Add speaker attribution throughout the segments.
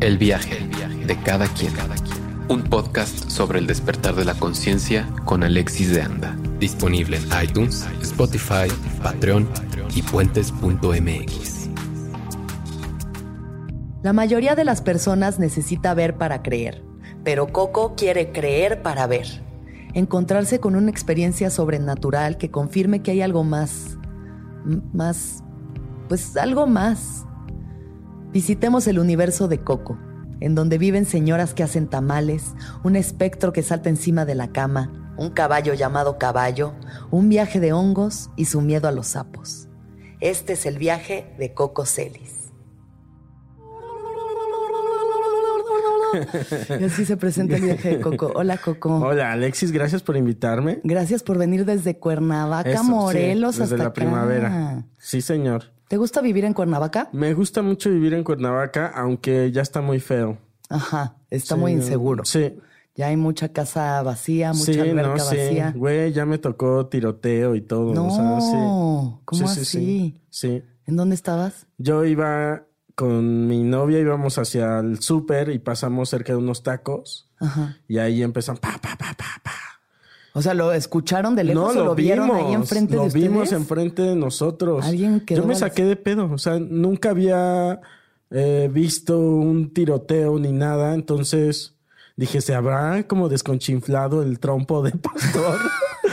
Speaker 1: El viaje de cada quien. Un podcast sobre el despertar de la conciencia con Alexis de Anda.
Speaker 2: Disponible en iTunes, Spotify, Patreon y puentes.mx.
Speaker 3: La mayoría de las personas necesita ver para creer, pero Coco quiere creer para ver. Encontrarse con una experiencia sobrenatural que confirme que hay algo más. m- Más. Pues algo más. Visitemos el universo de Coco, en donde viven señoras que hacen tamales, un espectro que salta encima de la cama, un caballo llamado caballo, un viaje de hongos y su miedo a los sapos. Este es el viaje de Coco Celis. Y así se presenta el viaje de Coco. Hola Coco.
Speaker 4: Hola Alexis, gracias por invitarme.
Speaker 3: Gracias por venir desde Cuernavaca,
Speaker 4: Eso, sí,
Speaker 3: Morelos,
Speaker 4: desde
Speaker 3: hasta
Speaker 4: la
Speaker 3: acá.
Speaker 4: primavera. Sí, señor.
Speaker 3: ¿Te gusta vivir en Cuernavaca?
Speaker 4: Me gusta mucho vivir en Cuernavaca, aunque ya está muy feo.
Speaker 3: Ajá, está
Speaker 4: Sí,
Speaker 3: muy
Speaker 4: no.
Speaker 3: inseguro.
Speaker 4: Sí.
Speaker 3: Ya hay mucha casa vacía, mucha
Speaker 4: sí,
Speaker 3: alberca
Speaker 4: no, sí.
Speaker 3: vacía.
Speaker 4: Güey, ya me tocó tiroteo y todo.
Speaker 3: No,
Speaker 4: o sea, sí.
Speaker 3: ¿cómo
Speaker 4: Sí, sí,
Speaker 3: así?
Speaker 4: sí. Sí.
Speaker 3: ¿En dónde estabas?
Speaker 4: Yo iba con mi novia, íbamos hacia el súper y pasamos cerca de unos tacos.
Speaker 3: Ajá.
Speaker 4: Y ahí empezaron pa, pa, pa, pa, pa.
Speaker 3: O sea, ¿lo escucharon de lejos o lo vieron ahí enfrente
Speaker 4: lo
Speaker 3: de ustedes?
Speaker 4: vimos enfrente de nosotros.
Speaker 3: Alguien quedó
Speaker 4: Yo me
Speaker 3: balas-
Speaker 4: saqué de pedo, o sea, nunca había eh, visto un tiroteo ni nada, entonces dije, ¿se habrá como desconchinflado el trompo de pastor?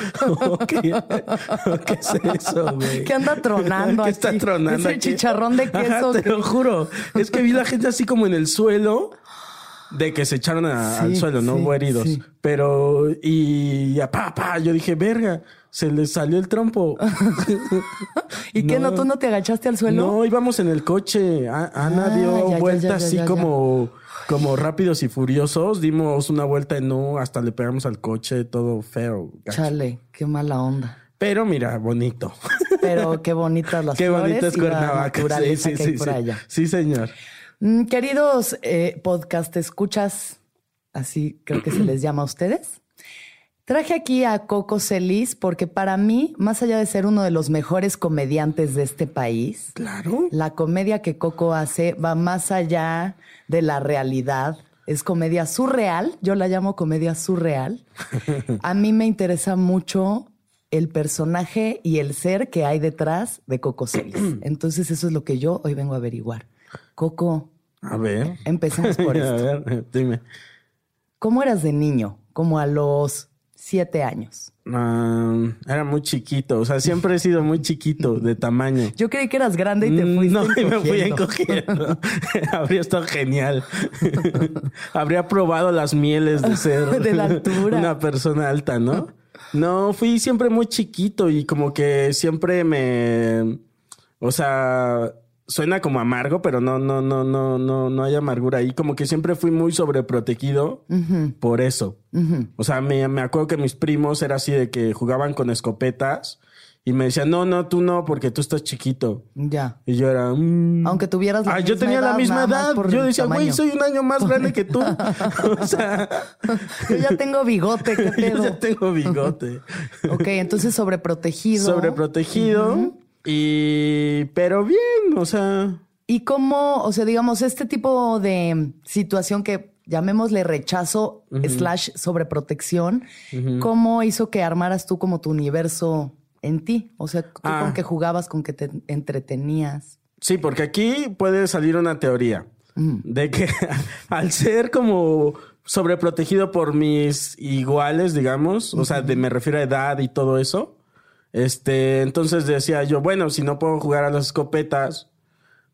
Speaker 4: ¿O qué, o qué es eso, güey?
Speaker 3: ¿Qué anda tronando
Speaker 4: ¿Qué está
Speaker 3: aquí?
Speaker 4: tronando
Speaker 3: ¿Es el
Speaker 4: aquí?
Speaker 3: chicharrón de
Speaker 4: Ajá,
Speaker 3: queso
Speaker 4: te
Speaker 3: que-
Speaker 4: lo juro. Es que vi la gente así como en el suelo de que se echaron a- al
Speaker 3: Sí,
Speaker 4: suelo, no
Speaker 3: sí,
Speaker 4: hubo heridos.
Speaker 3: sí.
Speaker 4: Pero, y a pa, pa, yo dije, verga, se le salió el trompo.
Speaker 3: ¿Y qué no?
Speaker 4: No.
Speaker 3: ¿Tú no te agachaste al suelo?
Speaker 4: no, íbamos en el coche. A- Ana
Speaker 3: Ah,
Speaker 4: dio
Speaker 3: ya, ya,
Speaker 4: vuelta
Speaker 3: ya, ya,
Speaker 4: así
Speaker 3: ya, ya.
Speaker 4: como, como rápidos y furiosos. Dimos una vuelta en no, hasta le pegamos al coche, todo feo. gacho.
Speaker 3: Chale, qué mala onda.
Speaker 4: Pero mira, bonito.
Speaker 3: Pero qué bonitas las
Speaker 4: Qué
Speaker 3: flores
Speaker 4: bonito es
Speaker 3: y la
Speaker 4: Cuernavaca. Sí,
Speaker 3: naturaleza
Speaker 4: sí,
Speaker 3: que hay
Speaker 4: sí,
Speaker 3: por
Speaker 4: sí.
Speaker 3: allá.
Speaker 4: Sí, señor.
Speaker 3: Mm, Queridos eh, podcast, escuchas, así creo que se les llama a ustedes. Traje aquí a Coco Celis porque para mí, más allá de ser uno de los mejores comediantes de este país,
Speaker 4: Claro.
Speaker 3: la comedia que Coco hace va más allá de la realidad. Es comedia surreal, yo la llamo comedia surreal. A mí me interesa mucho el personaje y el ser que hay detrás de Coco Celis. Entonces eso es lo que yo hoy vengo a averiguar. Coco,
Speaker 4: A ver.
Speaker 3: empecemos por
Speaker 4: A
Speaker 3: esto.
Speaker 4: ver, dime.
Speaker 3: ¿Cómo eras de niño? Como a los siete años.
Speaker 4: Ah, era muy chiquito, o sea, siempre he sido muy chiquito de tamaño.
Speaker 3: Yo creí que eras grande y te fuiste
Speaker 4: Mm, no, y me fui
Speaker 3: encogiendo.
Speaker 4: encogiendo. Habría estado genial. Habría probado las mieles de ser
Speaker 3: De la altura.
Speaker 4: una persona alta, ¿no? No, fui siempre muy chiquito y como que siempre me. O sea, suena como amargo, pero no, no, no, no, no, no hay amargura ahí. Como que siempre fui muy sobreprotegido por eso. O sea, me, me acuerdo que mis primos era así de que jugaban con escopetas y me decían, no, no, tú no, porque tú estás chiquito.
Speaker 3: Ya.
Speaker 4: Y yo era. mm.
Speaker 3: Aunque tuvieras la
Speaker 4: Ah, yo
Speaker 3: misma
Speaker 4: tenía
Speaker 3: edad,
Speaker 4: la misma
Speaker 3: nada más
Speaker 4: edad.
Speaker 3: por
Speaker 4: Yo
Speaker 3: el
Speaker 4: decía, güey,
Speaker 3: tamaño".
Speaker 4: soy un año más grande que tú. o sea,
Speaker 3: Yo ya tengo bigote, qué
Speaker 4: yo
Speaker 3: pedo.
Speaker 4: ya tengo bigote.
Speaker 3: Ok, entonces sobreprotegido.
Speaker 4: Sobreprotegido. Y. Pero bien, o sea.
Speaker 3: ¿Y cómo, o sea, digamos, este tipo de situación que llamémosle rechazo slash sobreprotección, ¿cómo hizo que armaras tú como tu universo en ti? O sea, tú
Speaker 4: Ah.
Speaker 3: con que jugabas, con que te entretenías.
Speaker 4: Sí, porque aquí puede salir una teoría
Speaker 3: Mm.
Speaker 4: de que al ser como sobreprotegido por mis iguales, digamos, o sea, de, me refiero a edad y todo eso, este, entonces decía yo, bueno, si no puedo jugar a las escopetas,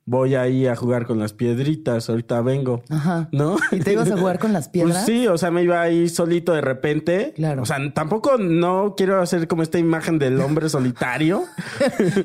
Speaker 4: voy ahí a jugar con las piedritas, ahorita vengo.
Speaker 3: Ajá.
Speaker 4: ¿No?
Speaker 3: Ah, ¿Y te ibas a jugar con las piedras?
Speaker 4: Pues sí, o sea, me iba ahí solito de repente.
Speaker 3: Claro.
Speaker 4: O sea, tampoco no quiero hacer como esta imagen del hombre solitario.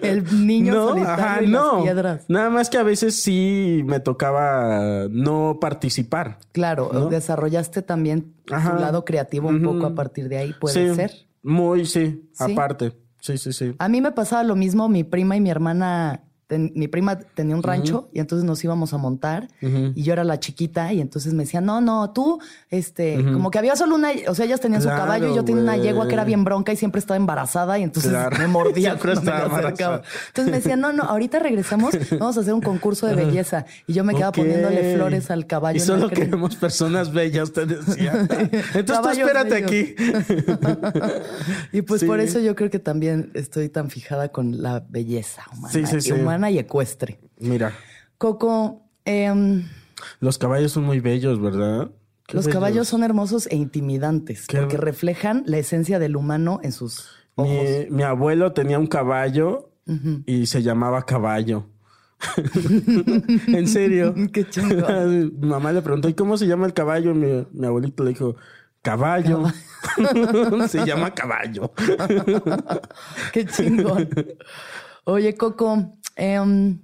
Speaker 3: El niño
Speaker 4: no,
Speaker 3: solitario
Speaker 4: ajá,
Speaker 3: y
Speaker 4: no.
Speaker 3: las piedras.
Speaker 4: Nada más que a veces sí me tocaba no participar.
Speaker 3: Claro, desarrollaste también
Speaker 4: Ajá.
Speaker 3: tu lado creativo un poco a partir de ahí, puede
Speaker 4: Sí,
Speaker 3: ser.
Speaker 4: Muy, sí,
Speaker 3: Sí.
Speaker 4: aparte. Sí, sí, sí.
Speaker 3: A mí me pasaba lo mismo, mi prima y mi hermana, ten- mi prima tenía un rancho y entonces nos íbamos a montar y yo era la chiquita y entonces me decían, no, no, tú, este, como que había solo una, o sea, ellas tenían su
Speaker 4: Claro,
Speaker 3: caballo y yo tenía una
Speaker 4: güey.
Speaker 3: yegua que era bien bronca y siempre estaba embarazada y entonces
Speaker 4: Claro.
Speaker 3: me mordía
Speaker 4: Siempre
Speaker 3: cuando me la
Speaker 4: estaba
Speaker 3: acercaba.
Speaker 4: embarazada.
Speaker 3: Entonces me decían, no, no, ahorita regresamos, vamos a hacer un concurso de belleza y yo Ah, me quedaba
Speaker 4: Ok.
Speaker 3: poniéndole flores al caballo.
Speaker 4: Y
Speaker 3: en la
Speaker 4: solo
Speaker 3: crin-
Speaker 4: queremos personas bellas, te decía. Entonces tú
Speaker 3: Caballos
Speaker 4: espérate
Speaker 3: bellos.
Speaker 4: aquí.
Speaker 3: Y pues
Speaker 4: Sí.
Speaker 3: por eso yo creo que también estoy tan fijada con la belleza humana,
Speaker 4: Sí, sí, sí.
Speaker 3: y humana y ecuestre.
Speaker 4: Mira,
Speaker 3: Coco, em,
Speaker 4: los caballos son muy bellos, ¿verdad? Qué
Speaker 3: los
Speaker 4: bellos.
Speaker 3: caballos son hermosos e intimidantes
Speaker 4: Qué-
Speaker 3: porque reflejan la esencia del humano en sus ojos.
Speaker 4: Mi, mi abuelo tenía un caballo y se llamaba caballo. en serio.
Speaker 3: Qué chingón.
Speaker 4: mi mamá le preguntó, ¿y cómo se llama el caballo? Mi, mi abuelito le dijo, caballo. se llama caballo.
Speaker 3: Qué chingón. Oye, Coco, em,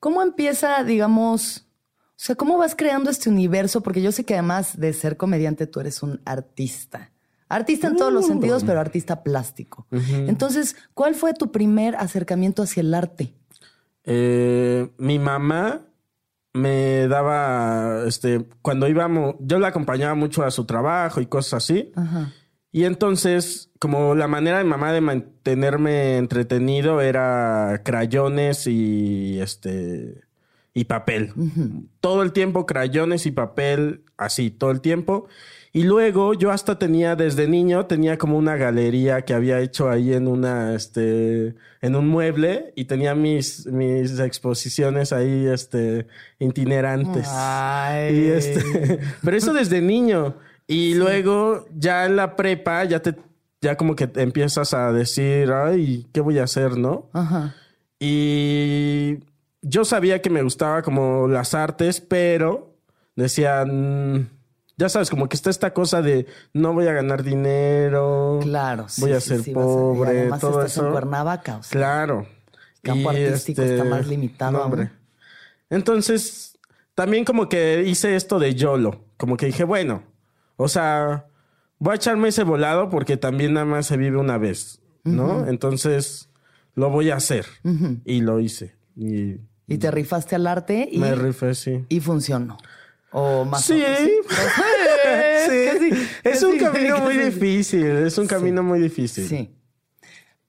Speaker 3: ¿cómo empieza, digamos, o sea, cómo vas creando este universo? Porque yo sé que además de ser comediante, tú eres un artista. Artista en todos los
Speaker 4: Mm.
Speaker 3: sentidos, pero artista plástico. Entonces, ¿cuál fue tu primer acercamiento hacia el arte?
Speaker 4: Eh, mi mamá me daba, este, cuando íbamos, yo la acompañaba mucho a su trabajo y cosas así.
Speaker 3: Ajá.
Speaker 4: Y entonces, como la manera de mamá de mantenerme entretenido era crayones y este y papel. Todo el tiempo crayones y papel, así, todo el tiempo. Y luego yo hasta tenía desde niño tenía como una galería que había hecho ahí en una este en un mueble y tenía mis mis exposiciones ahí este itinerantes.
Speaker 3: Ah. Ay.
Speaker 4: Pues, Y este, pero eso desde niño. Y luego ya en la prepa ya te ya como que te empiezas a decir, ay, ¿qué voy a hacer, no?
Speaker 3: Ajá.
Speaker 4: Y yo sabía que me gustaba como las artes, pero decían, ya sabes, como que está esta cosa de no voy a ganar dinero.
Speaker 3: Claro. sí,
Speaker 4: Voy a
Speaker 3: sí,
Speaker 4: ser
Speaker 3: sí, vas y
Speaker 4: pobre,
Speaker 3: además
Speaker 4: todo
Speaker 3: estás en
Speaker 4: eso.
Speaker 3: Cuernavaca, o sea,
Speaker 4: Claro. este,
Speaker 3: campo artístico está más limitado
Speaker 4: no, hombre.
Speaker 3: aún.
Speaker 4: Entonces, también como que hice esto de YOLO. Como que dije, bueno, o sea, voy a echarme ese volado porque también nada más se vive una vez, ¿no? Entonces, lo voy a hacer. Y lo hice. Y
Speaker 3: Y te rifaste al arte y,
Speaker 4: me rifé, sí.
Speaker 3: y funcionó. O más o
Speaker 4: Sí.
Speaker 3: menos.
Speaker 4: Sí.
Speaker 3: que sí, que
Speaker 4: Es un
Speaker 3: sí,
Speaker 4: camino
Speaker 3: que
Speaker 4: muy
Speaker 3: sí.
Speaker 4: difícil. Es un camino muy difícil.
Speaker 3: Sí.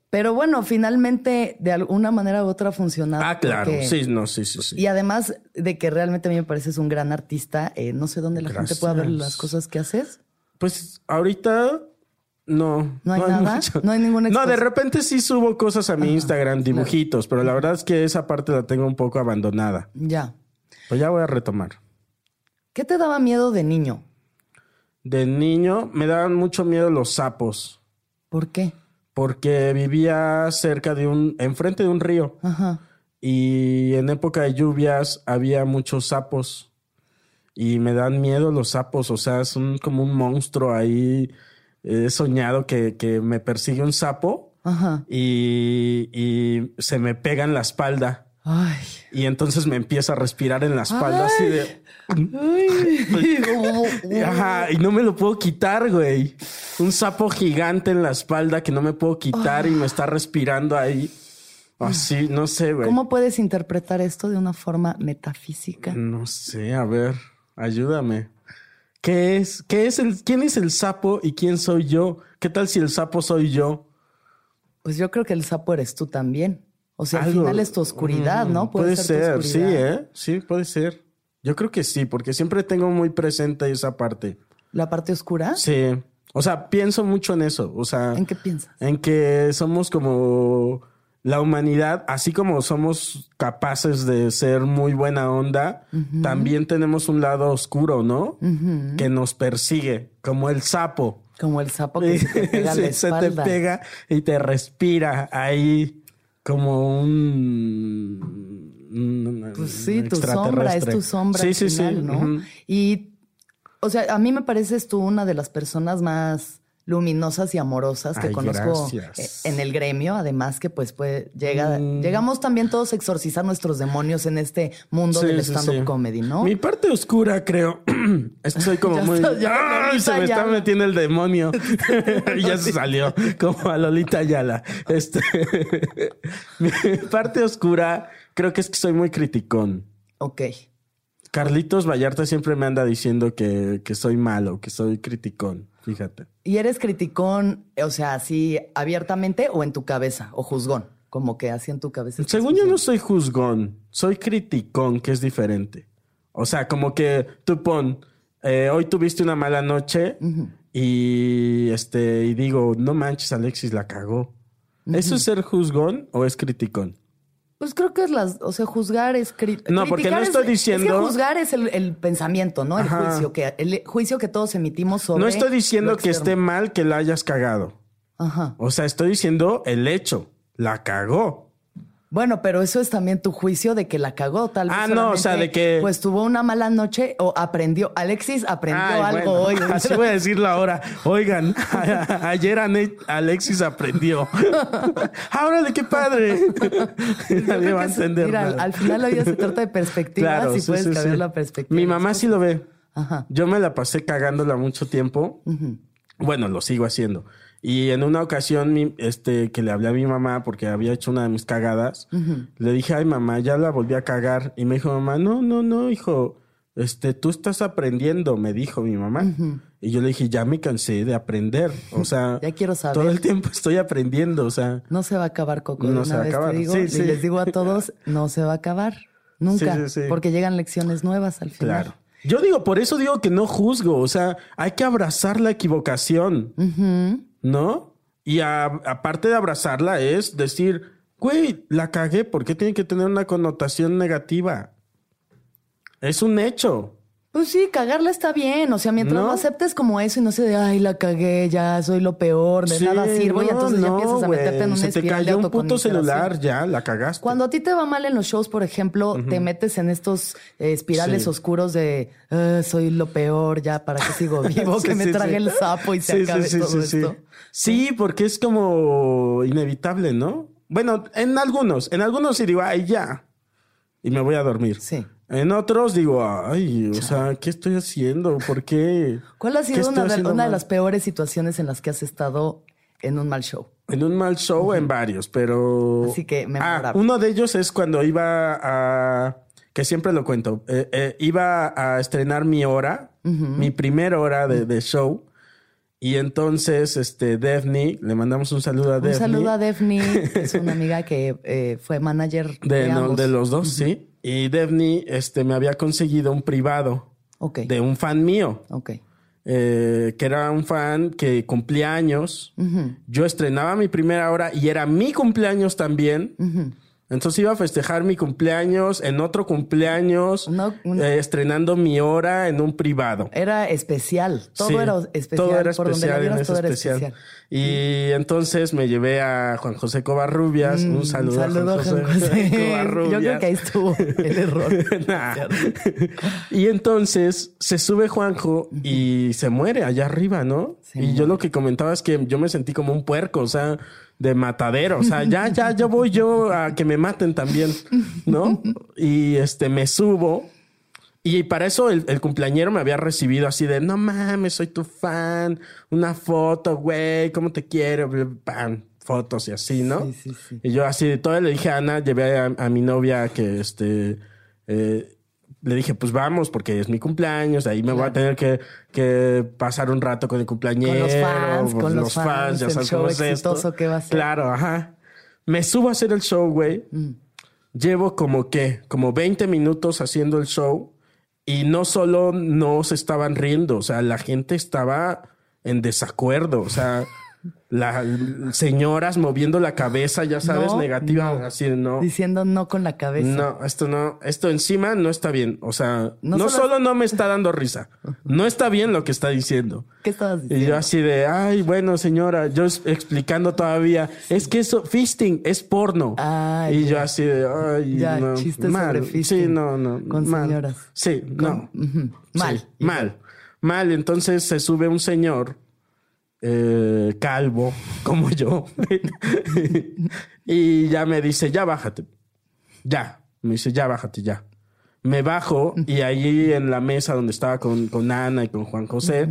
Speaker 3: Pero bueno, finalmente de alguna manera u otra funcionaba.
Speaker 4: Ah, claro.
Speaker 3: porque-
Speaker 4: Sí, no, sí, sí, sí.
Speaker 3: Y además de que realmente a mí me pareces un gran artista, eh, no sé dónde la gente pueda ver
Speaker 4: Gracias.
Speaker 3: las cosas que haces.
Speaker 4: Pues ahorita no.
Speaker 3: ¿No hay nada? ¿No hay ninguna
Speaker 4: No, de
Speaker 3: exposición?
Speaker 4: repente sí subo cosas a mi Instagram, dibujitos, pero la verdad es que esa parte la tengo un poco abandonada.
Speaker 3: Ya.
Speaker 4: Pues ya voy a retomar.
Speaker 3: ¿Qué te daba miedo de niño?
Speaker 4: De niño me daban mucho miedo los sapos
Speaker 3: ¿Por qué?
Speaker 4: porque vivía cerca de un, enfrente de un río
Speaker 3: Ajá.
Speaker 4: y en época de lluvias había muchos sapos y me dan miedo los sapos, o sea, son como un monstruo ahí. He soñado que, que me persigue un sapo.
Speaker 3: Ajá.
Speaker 4: y, y se me pega en la espalda.
Speaker 3: Ay.
Speaker 4: Y entonces me empieza a respirar en la espalda así de... Y, ajá, y no me lo puedo quitar, güey. Un sapo gigante en la espalda que no me puedo quitar y me está respirando ahí. Así, no sé, güey.
Speaker 3: ¿Cómo puedes interpretar esto de una forma metafísica?
Speaker 4: No sé, a ver, ayúdame. ¿Qué es? ¿Qué es el, ¿Quién es el sapo y quién soy yo? ¿Qué tal si el sapo soy yo?
Speaker 3: Pues yo creo que el sapo eres tú también. O sea, al
Speaker 4: Algo- Mm,
Speaker 3: final es tu oscuridad, ¿no?
Speaker 4: Puede, ser,
Speaker 3: tu
Speaker 4: sí,
Speaker 3: oscuridad.
Speaker 4: ¿eh? Sí, puede ser. Yo creo que sí, porque siempre tengo muy presente esa parte.
Speaker 3: La parte oscura.
Speaker 4: Sí. O sea, pienso mucho en eso. O sea,
Speaker 3: ¿En qué piensas?
Speaker 4: en que somos como la humanidad, así como somos capaces de ser muy buena onda, también tenemos un lado oscuro, ¿no? Que nos persigue, como el sapo.
Speaker 3: Como el sapo que se te pega a la
Speaker 4: Sí, se te
Speaker 3: espalda.
Speaker 4: pega y te respira ahí como un
Speaker 3: Pues sí, tu sombra es tu sombra.
Speaker 4: Sí,
Speaker 3: al
Speaker 4: sí,
Speaker 3: final,
Speaker 4: sí.
Speaker 3: ¿no?
Speaker 4: ujú.
Speaker 3: Y, o sea, a mí me pareces tú una de las personas más luminosas y amorosas que
Speaker 4: Ay,
Speaker 3: conozco
Speaker 4: gracias.
Speaker 3: eh, en el gremio. Además que pues, pues llega,
Speaker 4: Mm.
Speaker 3: llegamos también todos a exorcizar nuestros demonios en este mundo
Speaker 4: Sí,
Speaker 3: del
Speaker 4: sí,
Speaker 3: stand-up
Speaker 4: sí.
Speaker 3: comedy, ¿no?
Speaker 4: Mi parte oscura, creo. es que soy como
Speaker 3: Ya
Speaker 4: muy.
Speaker 3: está, ya,
Speaker 4: ¡Ay! Se
Speaker 3: Lolita
Speaker 4: me está
Speaker 3: Ayala.
Speaker 4: metiendo el demonio. Y ya se salió, como a Lolita Ayala. Este... Mi parte oscura, creo que es que soy muy criticón.
Speaker 3: Ok.
Speaker 4: Carlitos Vallarta siempre me anda diciendo que, que soy malo, que soy criticón. Fíjate.
Speaker 3: ¿Y eres criticón, o sea, así abiertamente o en tu cabeza o juzgón? Como que así en tu cabeza. estás
Speaker 4: Según yo
Speaker 3: juzgando.
Speaker 4: no soy juzgón, soy criticón, que es diferente. O sea, como que tú pon, eh, hoy tuviste una mala noche y este y digo, no manches, Alexis la cagó. ¿Eso es ser juzgón o es criticón?
Speaker 3: Pues creo que es las, o sea, juzgar es cri-
Speaker 4: No, porque no
Speaker 3: criticar es-
Speaker 4: estoy
Speaker 3: Es que
Speaker 4: diciendo-
Speaker 3: juzgar es el, el pensamiento, ¿no? El
Speaker 4: Ajá.
Speaker 3: juicio que el juicio que todos emitimos sobre.
Speaker 4: No estoy diciendo
Speaker 3: lo
Speaker 4: que esté
Speaker 3: externo.
Speaker 4: mal que la hayas cagado.
Speaker 3: Ajá.
Speaker 4: O sea, estoy diciendo el hecho, la cagó.
Speaker 3: Bueno, pero eso es también tu juicio de que la cagó, tal vez.
Speaker 4: Ah, no, o sea,
Speaker 3: solamente,
Speaker 4: de que-
Speaker 3: Pues tuvo una mala noche o aprendió. Alexis aprendió
Speaker 4: Ay,
Speaker 3: algo
Speaker 4: bueno,
Speaker 3: hoy.
Speaker 4: Así voy a decirlo ahora. Oigan, a- ayer Ane- Alexis aprendió. Ahora de qué padre.
Speaker 3: Yo creo
Speaker 4: Nadie va a
Speaker 3: que es-
Speaker 4: entender.
Speaker 3: mira,
Speaker 4: nada.
Speaker 3: al final la vida se trata de perspectivas y
Speaker 4: sí,
Speaker 3: puedes
Speaker 4: sí,
Speaker 3: cambiar
Speaker 4: sí.
Speaker 3: la perspectiva.
Speaker 4: Mi mamá sí lo ve.
Speaker 3: Ajá.
Speaker 4: Yo me la pasé cagándola mucho tiempo. Bueno, lo sigo haciendo. Y en una ocasión mi- este, que le hablé a mi mamá porque había hecho una de mis cagadas, le dije, ay mamá, ya la volví a cagar. Y me dijo, mamá, no, no, no, hijo, este, tú estás aprendiendo, me dijo mi mamá. Y yo le dije, ya me cansé de aprender. O sea,
Speaker 3: Ya quiero saber.
Speaker 4: todo el tiempo estoy aprendiendo. O sea,
Speaker 3: No se va a acabar, Coco. de
Speaker 4: No
Speaker 3: una
Speaker 4: se va a
Speaker 3: vez te
Speaker 4: acabar.
Speaker 3: digo,
Speaker 4: Sí,
Speaker 3: y
Speaker 4: sí.
Speaker 3: les digo a todos, no se va a acabar. Nunca.
Speaker 4: Sí, sí, sí.
Speaker 3: Porque llegan lecciones nuevas al final.
Speaker 4: claro. Yo digo, por eso digo que no juzgo. O sea, hay que abrazar la equivocación. ¿no? Y a- aparte de abrazarla es decir, güey, la cagué, ¿por qué tiene que tener una connotación negativa? Es un hecho.
Speaker 3: Pues sí, cagarla está bien. O sea, mientras
Speaker 4: ¿No?
Speaker 3: lo aceptes como eso y no sé de, ay, la cagué, ya soy lo peor, de
Speaker 4: Sí,
Speaker 3: nada sirvo. y
Speaker 4: no,
Speaker 3: entonces ya
Speaker 4: no,
Speaker 3: empiezas a
Speaker 4: güey,
Speaker 3: meterte en un
Speaker 4: Se te cayó un puto celular, ya, la cagaste.
Speaker 3: Cuando a ti te va mal en los shows, por ejemplo, te metes en estos eh, espirales
Speaker 4: Sí.
Speaker 3: oscuros de "Ah, soy lo peor, ya para qué sigo vivo,
Speaker 4: Sí,
Speaker 3: que me
Speaker 4: sí,
Speaker 3: trague
Speaker 4: sí.
Speaker 3: el sapo y se
Speaker 4: Sí, sí,
Speaker 3: acabe
Speaker 4: sí,
Speaker 3: todo
Speaker 4: sí, sí.
Speaker 3: esto.
Speaker 4: Sí, porque es como inevitable, ¿no? Bueno, en algunos, en algunos sí digo, ay, ya. Y me voy a dormir.
Speaker 3: Sí.
Speaker 4: En otros digo, ay, o sea, ¿qué estoy haciendo? ¿Por qué?
Speaker 3: ¿Cuál ha
Speaker 4: ¿Qué
Speaker 3: sido
Speaker 4: estoy
Speaker 3: una, de,
Speaker 4: haciendo
Speaker 3: una de
Speaker 4: mal?
Speaker 3: las peores situaciones en las que has estado en un mal show?
Speaker 4: En un mal show, en varios, pero.
Speaker 3: Así que memorable.
Speaker 4: Ah, uno de ellos es cuando iba a. Que siempre lo cuento. eh, eh, iba a estrenar mi hora, mi primera hora de, de show. Y entonces, este, Daphne, le mandamos un saludo a Daphne.
Speaker 3: Un saludo a Daphne, que es una amiga que eh, fue manager de,
Speaker 4: de, no,
Speaker 3: ambos.
Speaker 4: de los dos, sí. Y Daphne, este, me había conseguido un privado
Speaker 3: Ok,
Speaker 4: de un fan mío.
Speaker 3: ok.
Speaker 4: eh, que era un fan que cumplía años. Yo estrenaba mi primera hora y era mi cumpleaños también. Entonces iba a festejar mi cumpleaños en otro cumpleaños,
Speaker 3: Una- una-
Speaker 4: eh, estrenando mi hora en un privado.
Speaker 3: Era especial, Eh, todo
Speaker 4: Sí,
Speaker 3: era especial.
Speaker 4: Todo era
Speaker 3: por donde la
Speaker 4: especial,
Speaker 3: vieras,
Speaker 4: en ese
Speaker 3: todo era
Speaker 4: especial.
Speaker 3: especial. Mm.
Speaker 4: Y entonces me llevé a Juan José Covarrubias. un saludo,
Speaker 3: Saludo a Juan José. Yo creo que ahí estuvo el error.
Speaker 4: Nah. Y entonces se sube Juanjo y se muere allá arriba, ¿no?
Speaker 3: Se
Speaker 4: y yo lo que comentaba es que yo me sentí como un puerco, o sea, de matadero, o sea, ya, ya, yo voy yo a que me maten también, ¿no? Y este, me subo. Y para eso el, el cumpleañero me había recibido así de, no mames, soy tu fan, una foto, güey, ¿cómo te quiero? bla, bla, Pam, fotos y así, ¿no?
Speaker 3: Sí, sí, sí.
Speaker 4: Y yo así de todo le dije a Ana, llevé a, a mi novia que este... eh, le dije, pues vamos, porque es mi cumpleaños, ahí me voy a tener que, que pasar un rato con el cumpleañero.
Speaker 3: fans,
Speaker 4: pues,
Speaker 3: con los fans,
Speaker 4: ya
Speaker 3: el
Speaker 4: sabes
Speaker 3: show
Speaker 4: cómo es esto.
Speaker 3: exitoso que va a ser.
Speaker 4: Claro, ajá. Me subo a hacer el show, güey. Llevo como que, como 20 minutos haciendo el show y no solo no se estaban riendo, o sea, la gente estaba en desacuerdo, o sea, las señoras moviendo la cabeza, ya sabes,
Speaker 3: No,
Speaker 4: negativa,
Speaker 3: no.
Speaker 4: así no.
Speaker 3: Diciendo no con la cabeza.
Speaker 4: No, esto no, esto encima no está bien. O sea,
Speaker 3: No
Speaker 4: no,
Speaker 3: solo-
Speaker 4: solo... no me está dando risa, no está bien lo que está diciendo.
Speaker 3: ¿Qué estabas
Speaker 4: Y
Speaker 3: diciendo?
Speaker 4: yo así de, ay, bueno, señora, yo es- explicando todavía, es que eso, fisting, es porno.
Speaker 3: Ah,
Speaker 4: y
Speaker 3: ya.
Speaker 4: yo así de, ay,
Speaker 3: Ya,
Speaker 4: no,
Speaker 3: chistes
Speaker 4: mal.
Speaker 3: sobre fisting
Speaker 4: Sí, no, no.
Speaker 3: con
Speaker 4: mal.
Speaker 3: señoras.
Speaker 4: Sí, no.
Speaker 3: Ujú. Mal.
Speaker 4: Sí, mal. Mal. Entonces se sube un señor eh, calvo, como yo, y ya me dice, ya bájate. Ya. Me dice, ya bájate, ya. Me bajo y ahí en la mesa donde estaba con, con Ana y con Juan José,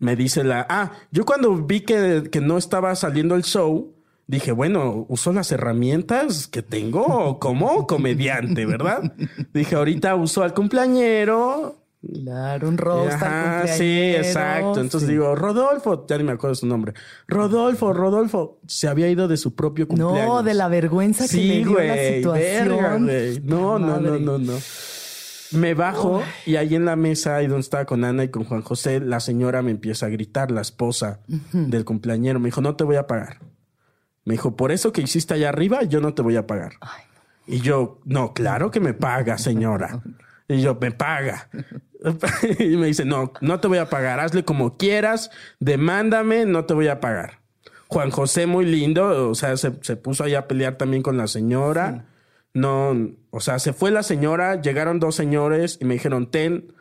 Speaker 4: me dice la... Ah, yo cuando vi que, que no estaba saliendo el show, dije, bueno, uso las herramientas que tengo como comediante, ¿verdad? dije, ahorita uso al cumpleañero,
Speaker 3: Claro, un roast
Speaker 4: Ajá,
Speaker 3: al
Speaker 4: sí,
Speaker 3: cumpleañero,
Speaker 4: exacto. Entonces
Speaker 3: sí.
Speaker 4: digo, Rodolfo, ya ni me acuerdo su nombre. Rodolfo, Rodolfo, se había ido de su propio cumpleaños.
Speaker 3: No, de la vergüenza que le dio la situación.
Speaker 4: verga, güey. No, no, no,
Speaker 3: Madre.
Speaker 4: no, no. Me bajo y ahí en la mesa, ahí donde estaba con Ana y con Juan José, la señora me empieza a gritar, la esposa del cumpleañero. Me dijo, no te voy a pagar. Me dijo, por eso que hiciste allá arriba, yo no te voy a pagar. Y yo, no, claro que me paga, señora. Y yo, me paga. Y me dice, no, no te voy a pagar, hazle como quieras, demándame, no te voy a pagar. Juan José, muy lindo, o sea, se, se puso ahí a pelear también con la señora. No, o sea, se fue la señora, llegaron dos señores y me dijeron, ten,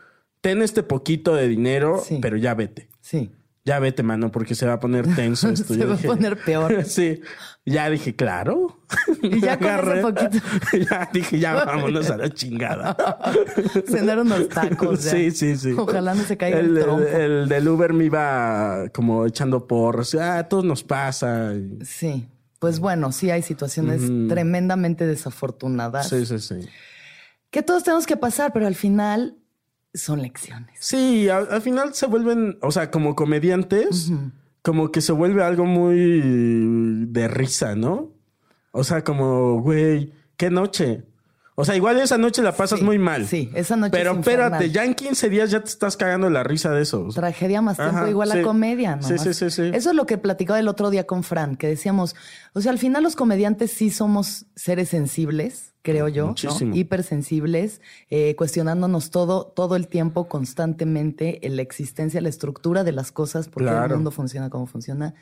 Speaker 4: ten este poquito de dinero,
Speaker 3: Sí.
Speaker 4: pero ya vete.
Speaker 3: Sí.
Speaker 4: Ya vete, mano, porque se va a poner tenso esto.
Speaker 3: Se
Speaker 4: Yo
Speaker 3: va a poner peor.
Speaker 4: sí. Ya dije, claro.
Speaker 3: Y ya con ese
Speaker 4: Agarré.
Speaker 3: poquito.
Speaker 4: ya dije, ya vámonos a la chingada.
Speaker 3: Cenar unos tacos. ya.
Speaker 4: Sí, sí, sí.
Speaker 3: Ojalá no se caiga el,
Speaker 4: el, eh,
Speaker 3: tronco.
Speaker 4: el del Uber me iba como echando porras. Ah, a todos nos pasa. Y-
Speaker 3: Sí. Pues bueno, sí hay situaciones tremendamente desafortunadas
Speaker 4: Sí, sí, sí.
Speaker 3: que todos tenemos que pasar, pero al final son lecciones.
Speaker 4: Sí, al, al final se vuelven, o sea, como comediantes, como que se vuelve algo muy de risa, ¿no? O sea, como, güey, qué noche. O sea, igual esa noche la pasas
Speaker 3: Sí,
Speaker 4: muy mal.
Speaker 3: sí, esa noche
Speaker 4: Pero
Speaker 3: es infernal.
Speaker 4: espérate, ya en 15 días ya te estás cagando la risa de eso.
Speaker 3: Tragedia más tiempo
Speaker 4: Ajá,
Speaker 3: igual a
Speaker 4: sí.
Speaker 3: comedia, ¿no?
Speaker 4: Sí, sí, sí, sí.
Speaker 3: Eso es lo que platicaba el otro día con Fran, que decíamos, o sea, al final los comediantes sí somos seres sensibles, creo yo, ¿no?
Speaker 4: Muchísimo.
Speaker 3: hipersensibles, eh, cuestionándonos todo, todo el tiempo, constantemente, en la existencia, la estructura de las cosas, porque el
Speaker 4: Claro.
Speaker 3: mundo funciona como funciona.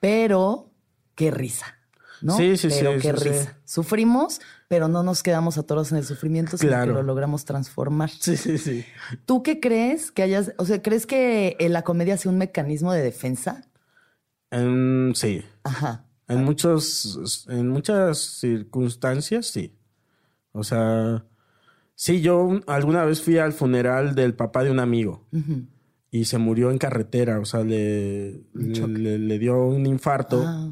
Speaker 3: Pero qué risa. ¿no?
Speaker 4: Sí, sí,
Speaker 3: pero
Speaker 4: sí,
Speaker 3: qué
Speaker 4: sí, sí.
Speaker 3: risa. Sufrimos, pero no nos quedamos atorados en el sufrimiento, sino
Speaker 4: Claro.
Speaker 3: que lo logramos transformar.
Speaker 4: Sí, sí, sí.
Speaker 3: ¿Tú qué crees que hayas, o sea, crees que eh, la comedia sea un mecanismo de defensa?
Speaker 4: En- Em, sí.
Speaker 3: Ajá.
Speaker 4: En muchos, en muchas circunstancias, sí. O sea, sí, yo un- alguna vez fui al funeral del papá de un amigo y se murió en carretera, o sea, le, le, le- le dio un infarto
Speaker 3: Ah,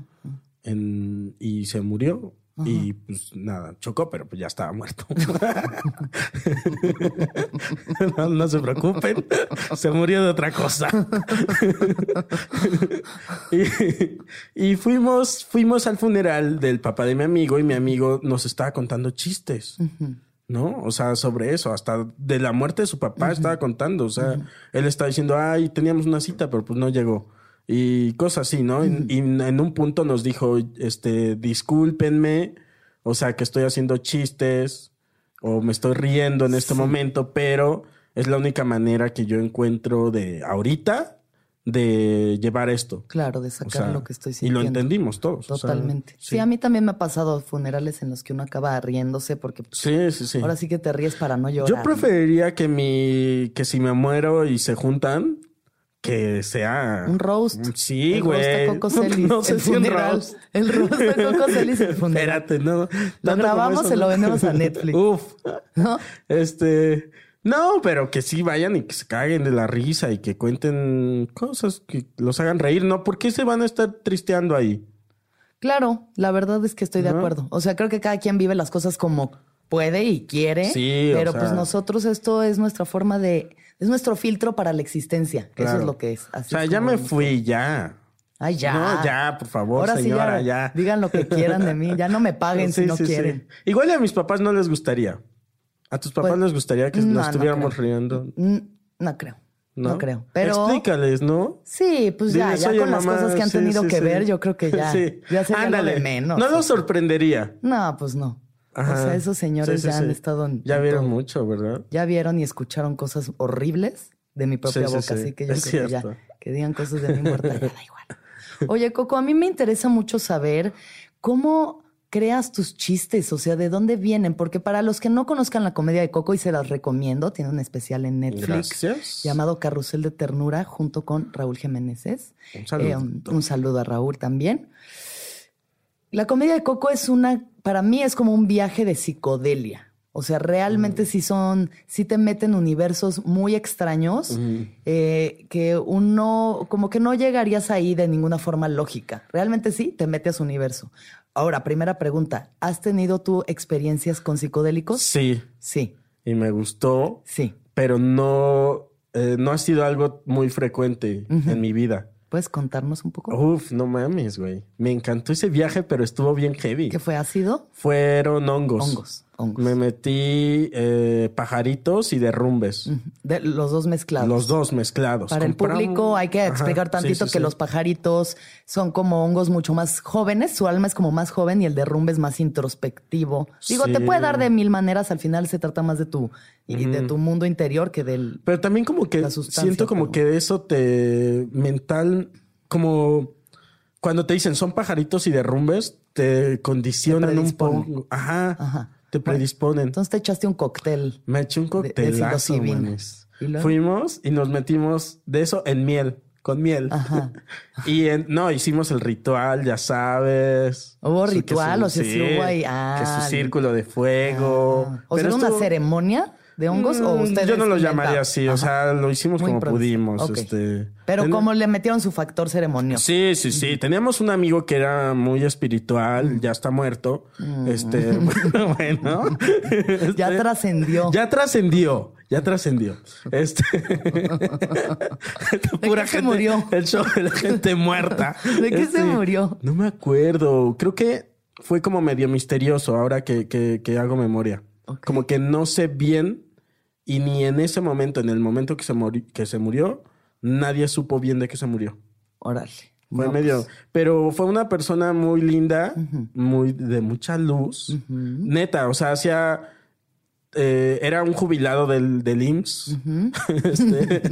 Speaker 4: en- y se murió. Y pues nada, chocó, pero pues ya estaba muerto. no, no se preocupen, se murió de otra cosa. y, y fuimos, fuimos al funeral del papá de mi amigo y mi amigo nos estaba contando chistes. ¿no? O sea, sobre eso, hasta de la muerte de su papá estaba contando, o sea, él estaba diciendo, ay, teníamos una cita, pero pues no llegó. Y cosas así, ¿no? Y- Y en un punto nos dijo, este, discúlpenme, o sea, que estoy haciendo chistes o me estoy riendo en este momento, pero es la única manera que yo encuentro de ahorita de llevar esto.
Speaker 3: claro, de
Speaker 4: O
Speaker 3: sacar
Speaker 4: sea,
Speaker 3: lo que estoy
Speaker 4: y
Speaker 3: sintiendo.
Speaker 4: lo entendimos todos. o sea,
Speaker 3: Totalmente. sí. a mí también me ha pasado funerales en los que uno acaba riéndose porque pues,
Speaker 4: sí, sí, sí.
Speaker 3: ahora sí que te ríes para no llorar.
Speaker 4: Yo preferiría que mi que si me muero y se juntan que sea
Speaker 3: ¿no? Un roast.
Speaker 4: Mm, Sí,
Speaker 3: El roast a
Speaker 4: güey.
Speaker 3: Coco Celis.
Speaker 4: No sé
Speaker 3: el
Speaker 4: si un
Speaker 3: funeral.
Speaker 4: roast.
Speaker 3: El roast a Coco Celis, el funeral.
Speaker 4: Espérate, no.
Speaker 3: Lo grabamos y
Speaker 4: se
Speaker 3: lo vendemos a Netflix.
Speaker 4: Uf.
Speaker 3: ¿No?
Speaker 4: Este, no, pero que sí vayan y que se caguen de la risa y que cuenten cosas que los hagan reír, ¿no? ¿Por qué se van a estar tristeando ahí?
Speaker 3: Claro, la verdad es que estoy de
Speaker 4: Ajá.
Speaker 3: acuerdo. O sea, creo que cada quien vive las cosas como puede y quiere.
Speaker 4: Sí, o
Speaker 3: pero
Speaker 4: sea.
Speaker 3: pues nosotros esto es nuestra forma de, es nuestro filtro para la existencia. Eso
Speaker 4: Claro.
Speaker 3: es lo que es. Así
Speaker 4: O sea,
Speaker 3: es
Speaker 4: ya
Speaker 3: como
Speaker 4: me
Speaker 3: lo-
Speaker 4: fui, ya.
Speaker 3: Ay, ya.
Speaker 4: No, ya, por favor,
Speaker 3: Ahora
Speaker 4: señora,
Speaker 3: sí,
Speaker 4: ya.
Speaker 3: Digan lo que quieran de mí. Ya no me paguen si
Speaker 4: Sí,
Speaker 3: no
Speaker 4: sí, sí.
Speaker 3: quieren.
Speaker 4: Igual y a mis papás no les gustaría. A tus papás
Speaker 3: Pues,
Speaker 4: les gustaría que
Speaker 3: no, no
Speaker 4: nos estuviéramos
Speaker 3: creo.
Speaker 4: riendo.
Speaker 3: Mm, No creo. No, creo. Pero
Speaker 4: Explícales, ¿no?
Speaker 3: sí, pues ya,
Speaker 4: Diles,
Speaker 3: ya
Speaker 4: "Oye,
Speaker 3: con las
Speaker 4: mamá,
Speaker 3: cosas que han
Speaker 4: sí,
Speaker 3: tenido
Speaker 4: sí,
Speaker 3: que
Speaker 4: sí".
Speaker 3: ver, yo creo que ya,
Speaker 4: Sí.
Speaker 3: ya sería lo
Speaker 4: Ándale.
Speaker 3: de menos.
Speaker 4: No lo sorprendería.
Speaker 3: No, pues no. O
Speaker 4: Ajá.
Speaker 3: sea, esos señores
Speaker 4: Sí, sí,
Speaker 3: ya han
Speaker 4: sí.
Speaker 3: estado en.
Speaker 4: Ya
Speaker 3: en
Speaker 4: vieron
Speaker 3: todo.
Speaker 4: mucho, ¿verdad?
Speaker 3: Ya vieron y escucharon cosas horribles de mi propia
Speaker 4: Sí, sí,
Speaker 3: boca,
Speaker 4: sí.
Speaker 3: así que yo
Speaker 4: Es
Speaker 3: creo que ya
Speaker 4: cierto.
Speaker 3: que digan cosas de mi muerta ya da igual. Oye, Coco, a mí me interesa mucho saber cómo creas tus chistes, o sea, de dónde vienen, porque para los que no conozcan la comedia de Coco y se las recomiendo, tiene un especial en Netflix
Speaker 4: Gracias.
Speaker 3: llamado Carrusel de Ternura junto con Raúl Jiménez.
Speaker 4: Un saludo.
Speaker 3: Eh, un, un saludo a Raúl también. La comedia de Coco es una, para mí es como un viaje de psicodelia. O sea, realmente
Speaker 4: Mm.
Speaker 3: sí son, sí te meten universos muy extraños eh, que uno, como que no llegarías ahí de ninguna forma lógica. Realmente sí, te mete a su universo. Ahora, primera pregunta, ¿has tenido tú experiencias con psicodélicos?
Speaker 4: Sí,
Speaker 3: Sí,
Speaker 4: y me gustó,
Speaker 3: sí.
Speaker 4: pero no, eh, no ha sido algo muy frecuente en mi vida.
Speaker 3: ¿Puedes contarnos un poco
Speaker 4: Uf, no mames, güey. Me encantó ese viaje, pero estuvo bien heavy.
Speaker 3: qué fue ácido?
Speaker 4: Fueron hongos.
Speaker 3: Hongos, hongos.
Speaker 4: Pues, Me metí eh, pajaritos y derrumbes.
Speaker 3: De- los dos mezclados.
Speaker 4: Los dos mezclados.
Speaker 3: Mm, Para el
Speaker 4: Compré un-
Speaker 3: público hay que
Speaker 4: Ajá,
Speaker 3: explicar
Speaker 4: sí,
Speaker 3: tantito
Speaker 4: sí,
Speaker 3: que
Speaker 4: sí.
Speaker 3: los pajaritos son como hongos mucho más jóvenes, su alma es como más joven y el derrumbe es más introspectivo. Digo,
Speaker 4: Sí.
Speaker 3: te puede dar de mil maneras, al final se trata más de tu, y de tu mundo interior que del...
Speaker 4: Pero también como que
Speaker 3: La sustancia,
Speaker 4: siento como
Speaker 3: pero-
Speaker 4: que eso te mental, como cuando te dicen son pajaritos y derrumbes, te condicionan
Speaker 3: Te
Speaker 4: un
Speaker 3: predispone.
Speaker 4: poco. Ajá,
Speaker 3: Ajá.
Speaker 4: Te predisponen.
Speaker 3: Entonces te echaste un cóctel.
Speaker 4: Me eché un coctelazo,
Speaker 3: psilocibina.
Speaker 4: manes.
Speaker 3: ¿Y luego?
Speaker 4: Fuimos y nos metimos de eso en miel, con miel.
Speaker 3: Ajá.
Speaker 4: y en- no, hicimos el ritual, ya sabes.
Speaker 3: ¿Hubo
Speaker 4: Su- que
Speaker 3: ritual? O sea, sí hubo ahí-
Speaker 4: que
Speaker 3: ah,
Speaker 4: su círculo de fuego.
Speaker 3: Ah. O sea,
Speaker 4: Pero
Speaker 3: ¿era una
Speaker 4: estuvo-
Speaker 3: ceremonia de hongos o
Speaker 4: Mm,
Speaker 3: ustedes
Speaker 4: Yo no lo
Speaker 3: inventaron?
Speaker 4: llamaría así, o
Speaker 3: Ajá.
Speaker 4: sea, lo hicimos
Speaker 3: Muy
Speaker 4: como
Speaker 3: improvisado.
Speaker 4: pudimos.
Speaker 3: Ok.
Speaker 4: Este,
Speaker 3: Pero
Speaker 4: ten-
Speaker 3: como le metieron su factor ceremonioso.
Speaker 4: Sí, sí, sí. Teníamos un amigo que era muy espiritual, ya está muerto. Este, bueno, bueno.
Speaker 3: Ya
Speaker 4: Este,
Speaker 3: trascendió.
Speaker 4: Ya trascendió, ya trascendió. Este.
Speaker 3: ¿De qué se murió?
Speaker 4: El show de la gente muerta. Este,
Speaker 3: ¿De qué se murió?
Speaker 4: No me acuerdo. Creo que fue como medio misterioso ahora que, que- que hago memoria.
Speaker 3: Ok.
Speaker 4: Como que no sé bien y ni en ese momento, en el momento que se, muri- que se murió, nadie supo bien de que se murió.
Speaker 3: Órale.
Speaker 4: Fue
Speaker 3: Vamos.
Speaker 4: medio. Pero fue una persona muy linda, muy de mucha luz. Neta, o sea, hacía. eh, era un jubilado del, del IMSS. Este,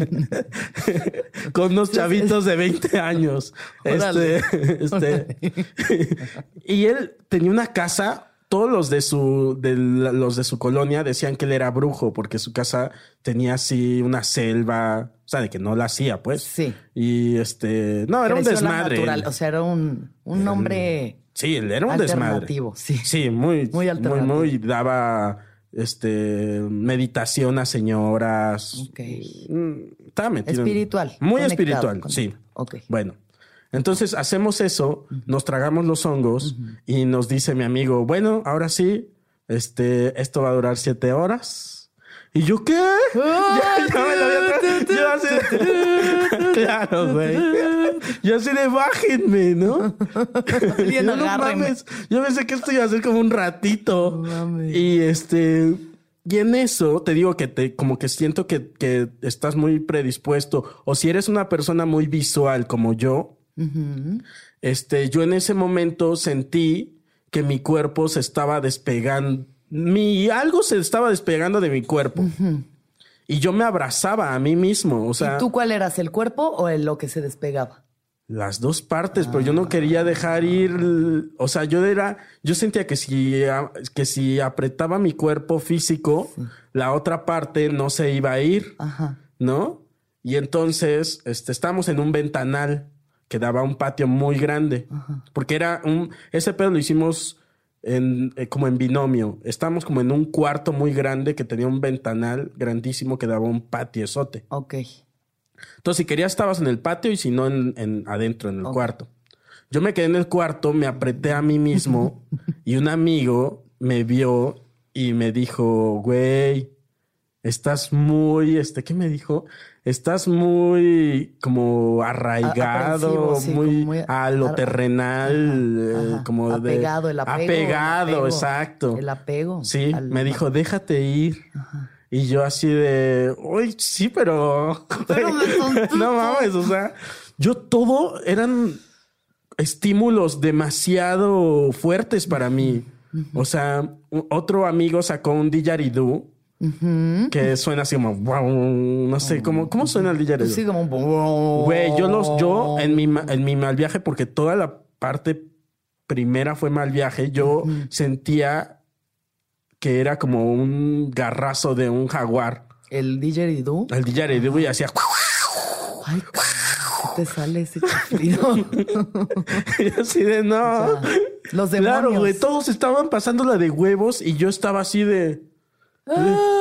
Speaker 4: con unos chavitos de 20 años.
Speaker 3: Órale.
Speaker 4: Este, este, y él tenía una casa. Todos los de su, de la- los de su colonia decían que él era brujo, porque su casa tenía así una selva. O sea, de que no la hacía, pues.
Speaker 3: Sí.
Speaker 4: Y este, no, era un
Speaker 3: Creció la
Speaker 4: desmadre.
Speaker 3: natural, o sea, era un, un hombre
Speaker 4: sí, él era un desmadre.
Speaker 3: alternativo. Sí.
Speaker 4: Sí, muy,
Speaker 3: Muy
Speaker 4: muy, muy,
Speaker 3: alternativo.
Speaker 4: daba este meditación a señoras.
Speaker 3: Ok.
Speaker 4: Mm, Estaba metido. en-
Speaker 3: Espiritual,
Speaker 4: Muy
Speaker 3: conectado,
Speaker 4: espiritual,
Speaker 3: conectado.
Speaker 4: sí.
Speaker 3: Ok.
Speaker 4: Bueno. Entonces hacemos eso, nos tragamos los hongos y nos dice mi amigo, bueno, ahora sí, este, esto va a durar siete horas. ¿Y yo qué?
Speaker 3: Ah,
Speaker 4: ya, ya me lo había tra- Yo así de- Claro, güey. Yo así de bájenme, ¿no?
Speaker 3: Alguien
Speaker 4: Yo, no
Speaker 3: agárreme.
Speaker 4: mames, yo pensé que esto iba a ser como un ratito. y este. Y en eso te digo que te, como que siento que, que estás muy predispuesto. O si eres una persona muy visual como yo, este, yo en ese momento sentí que mi cuerpo se estaba despegando. Mi algo se estaba despegando de mi cuerpo. Y yo me abrazaba a mí mismo. O sea,
Speaker 3: ¿Y tú cuál eras, el cuerpo o el lo que se despegaba?
Speaker 4: las dos partes, pero yo no quería dejar ir, l- o sea, yo era, yo sentía que si, a- que si apretaba mi cuerpo físico, la otra parte no se iba a ir,
Speaker 3: Ajá.
Speaker 4: ¿no? Y entonces, este, estábamos en un ventanal que daba a un patio muy grande, porque era un, ese pedo lo hicimos en, eh, como en binomio, estábamos como en un cuarto muy grande que tenía un ventanal grandísimo que daba a un patiozote.
Speaker 3: Ok.
Speaker 4: Entonces, si querías, estabas en el patio y si no, en, en- adentro, en el cuarto. Yo me quedé en el cuarto, me apreté a mí mismo y un amigo me vio y me dijo, güey, estás muy, este, ¿qué me dijo? Estás muy como arraigado,
Speaker 3: aprensivo, sí,
Speaker 4: muy,
Speaker 3: como muy
Speaker 4: a lo
Speaker 3: ar-
Speaker 4: terrenal, eh,
Speaker 3: Ajá.
Speaker 4: como de...
Speaker 3: Apegado, el apego, el
Speaker 4: Apegado,
Speaker 3: apego,
Speaker 4: exacto.
Speaker 3: el apego
Speaker 4: Sí,
Speaker 3: al-
Speaker 4: me dijo, déjate ir. Y yo así de, uy, sí, pero...
Speaker 3: Pero me contesta.
Speaker 4: no mames, o sea, yo todo eran estímulos demasiado fuertes para mí. O sea, u- otro amigo sacó un didgeridoo que suena así como, wow, no sé, ¿cómo, cómo suena el didgeridoo?
Speaker 3: Sí, como un...
Speaker 4: Güey, yo los, yo en mi, ma- en mi mal viaje, porque toda la parte primera fue mal viaje, yo sentía que era como un garrazo de un jaguar.
Speaker 3: El didgeridoo.
Speaker 4: El didgeridoo y hacía.
Speaker 3: Ay, ¿qué te sale ese chiflido?
Speaker 4: y así de no.
Speaker 3: Los demonios.
Speaker 4: Claro, güey, todos estaban pasando la de huevos y yo estaba así de.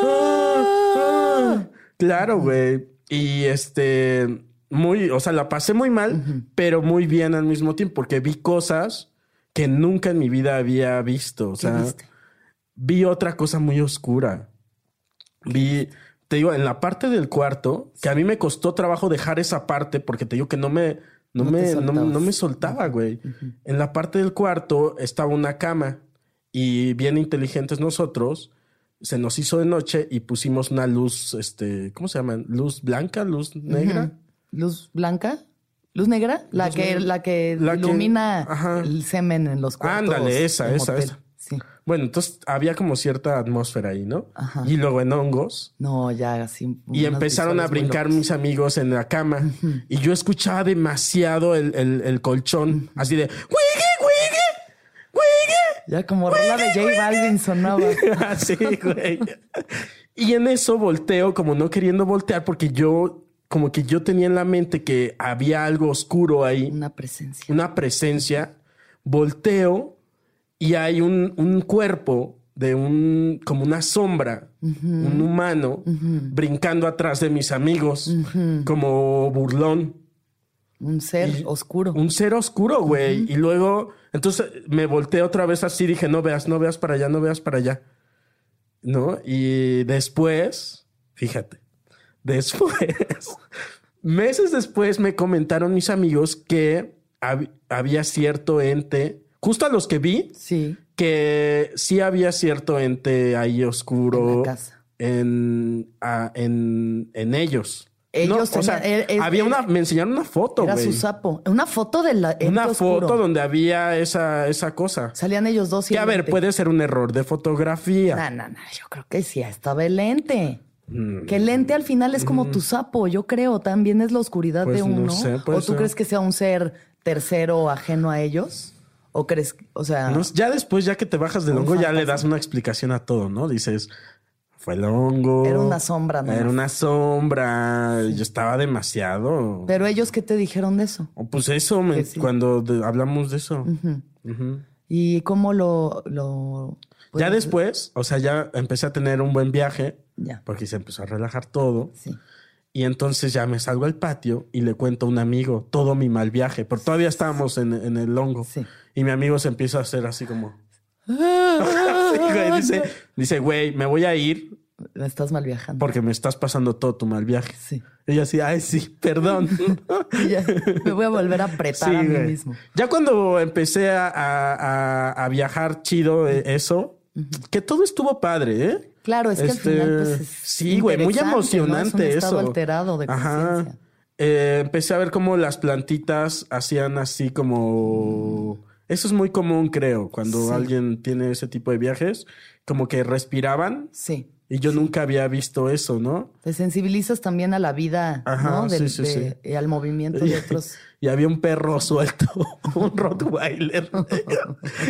Speaker 4: Ah, ah. Claro, güey. Y este. Muy, o sea, la pasé muy mal, pero muy bien al mismo tiempo, porque vi cosas que nunca en mi vida había visto. O
Speaker 3: ¿Qué
Speaker 4: sea,
Speaker 3: viste?
Speaker 4: vi otra cosa muy oscura. Vi, te digo, en la parte del cuarto, que a mí me costó trabajo dejar esa parte porque te digo que no me, no
Speaker 3: No te
Speaker 4: me, no,
Speaker 3: soltabas.
Speaker 4: no me soltaba, güey. En la parte del cuarto estaba una cama y bien inteligentes nosotros. Se nos hizo de noche y pusimos una luz, este, ¿cómo se llama? Luz blanca, luz negra.
Speaker 3: ¿Luz blanca? ¿Luz negra? La que, La que
Speaker 4: La que-
Speaker 3: ilumina
Speaker 4: Ajá.
Speaker 3: el semen en los cuartos.
Speaker 4: Ándale, esa,
Speaker 3: del
Speaker 4: esa,
Speaker 3: motel.
Speaker 4: esa.
Speaker 3: Sí.
Speaker 4: Bueno, entonces había como cierta atmósfera ahí, ¿no?
Speaker 3: Ajá.
Speaker 4: Y luego en hongos.
Speaker 3: No, ya así.
Speaker 4: Y empezaron a brincar mis amigos en la cama. Y yo escuchaba demasiado el, el- el colchón, así de... "Wiggy, wiggy,
Speaker 3: Ya como rola de J Balvin sonaba.
Speaker 4: wiggy". Así, güey. Y en eso volteo, como no queriendo voltear, porque yo... Como que yo tenía en la mente que había algo oscuro ahí,
Speaker 3: Una presencia.
Speaker 4: una presencia. Volteo y hay un, un cuerpo de un... Como una sombra, un humano, brincando atrás de mis amigos, como burlón.
Speaker 3: Un ser oscuro.
Speaker 4: Un ser oscuro, güey. Y luego, entonces me volteé otra vez así, dije, no veas, no veas para allá, no veas para allá. ¿No? Y después, fíjate, después, meses después me comentaron mis amigos que hab- había cierto ente, justo a los que vi,
Speaker 3: Sí.
Speaker 4: que sí había cierto ente ahí oscuro.
Speaker 3: En la casa.
Speaker 4: En, a- en, en ellos.
Speaker 3: Ellos
Speaker 4: No, o sea,
Speaker 3: tenían- er- er-
Speaker 4: había
Speaker 3: er-
Speaker 4: una, me enseñaron una foto,
Speaker 3: Era
Speaker 4: güey.
Speaker 3: su sapo. Una foto de la. ente
Speaker 4: Una
Speaker 3: oscuro.
Speaker 4: foto donde había esa, esa cosa.
Speaker 3: Salían ellos dos y.
Speaker 4: Que a
Speaker 3: el
Speaker 4: ver,
Speaker 3: ente.
Speaker 4: puede ser un error de fotografía.
Speaker 3: No, no, no. Yo creo que sí. ahí Estaba el lente.
Speaker 4: Mm.
Speaker 3: Que el lente al final es como tu sapo, yo creo. También es la oscuridad
Speaker 4: Pues
Speaker 3: de
Speaker 4: no
Speaker 3: uno.
Speaker 4: sé, puede
Speaker 3: ¿O tú
Speaker 4: ser.
Speaker 3: crees que sea un ser tercero ajeno a ellos? ¿O crees, o sea,
Speaker 4: No, ya después, ya que te bajas del
Speaker 3: Un
Speaker 4: hongo, ya le
Speaker 3: fantasma.
Speaker 4: das una explicación a todo, ¿no? Dices, fue el hongo.
Speaker 3: Era una sombra, nomás.
Speaker 4: Era una sombra. Yo estaba demasiado.
Speaker 3: pero ellos qué te dijeron de eso?
Speaker 4: Oh, pues eso, me-
Speaker 3: Que sí.
Speaker 4: cuando de- hablamos de eso.
Speaker 3: ¿Y cómo lo... lo
Speaker 4: ya
Speaker 3: pues,
Speaker 4: después, o sea, ya empecé a tener un buen viaje
Speaker 3: Ya,
Speaker 4: porque se empezó a relajar todo.
Speaker 3: sí.
Speaker 4: Y entonces ya me salgo al patio y le cuento a un amigo todo mi mal viaje, porque todavía estábamos en, en el hongo.
Speaker 3: Sí.
Speaker 4: Y mi amigo se empieza a hacer así como. Sí, güey, dice, dice, güey, me voy a ir
Speaker 3: Me estás mal viajando.
Speaker 4: porque me estás pasando todo tu mal viaje.
Speaker 3: Sí.
Speaker 4: Y yo así, ay, sí, perdón.
Speaker 3: Y ya, me voy a volver a apretar
Speaker 4: Sí,
Speaker 3: a mí
Speaker 4: güey.
Speaker 3: mismo.
Speaker 4: Ya cuando empecé a, a- a- a viajar chido eh, eso, que todo estuvo padre, ¿eh?
Speaker 3: Claro, es
Speaker 4: Este,
Speaker 3: que al final pues, es
Speaker 4: sí, güey, muy
Speaker 3: interesante, ¿no? Es un
Speaker 4: emocionante
Speaker 3: estado
Speaker 4: eso.
Speaker 3: alterado de conciencia.
Speaker 4: Eh, empecé a ver cómo las plantitas hacían así como. Eso es muy común, creo, cuando
Speaker 3: Sí.
Speaker 4: alguien tiene ese tipo de viajes, como que respiraban
Speaker 3: Sí.
Speaker 4: y yo nunca había visto eso, ¿no?
Speaker 3: Te sensibilizas también a la vida,
Speaker 4: Ajá,
Speaker 3: ¿no? Del-
Speaker 4: sí, sí,
Speaker 3: de- y al movimiento de otros.
Speaker 4: Y había un perro suelto, un Rottweiler.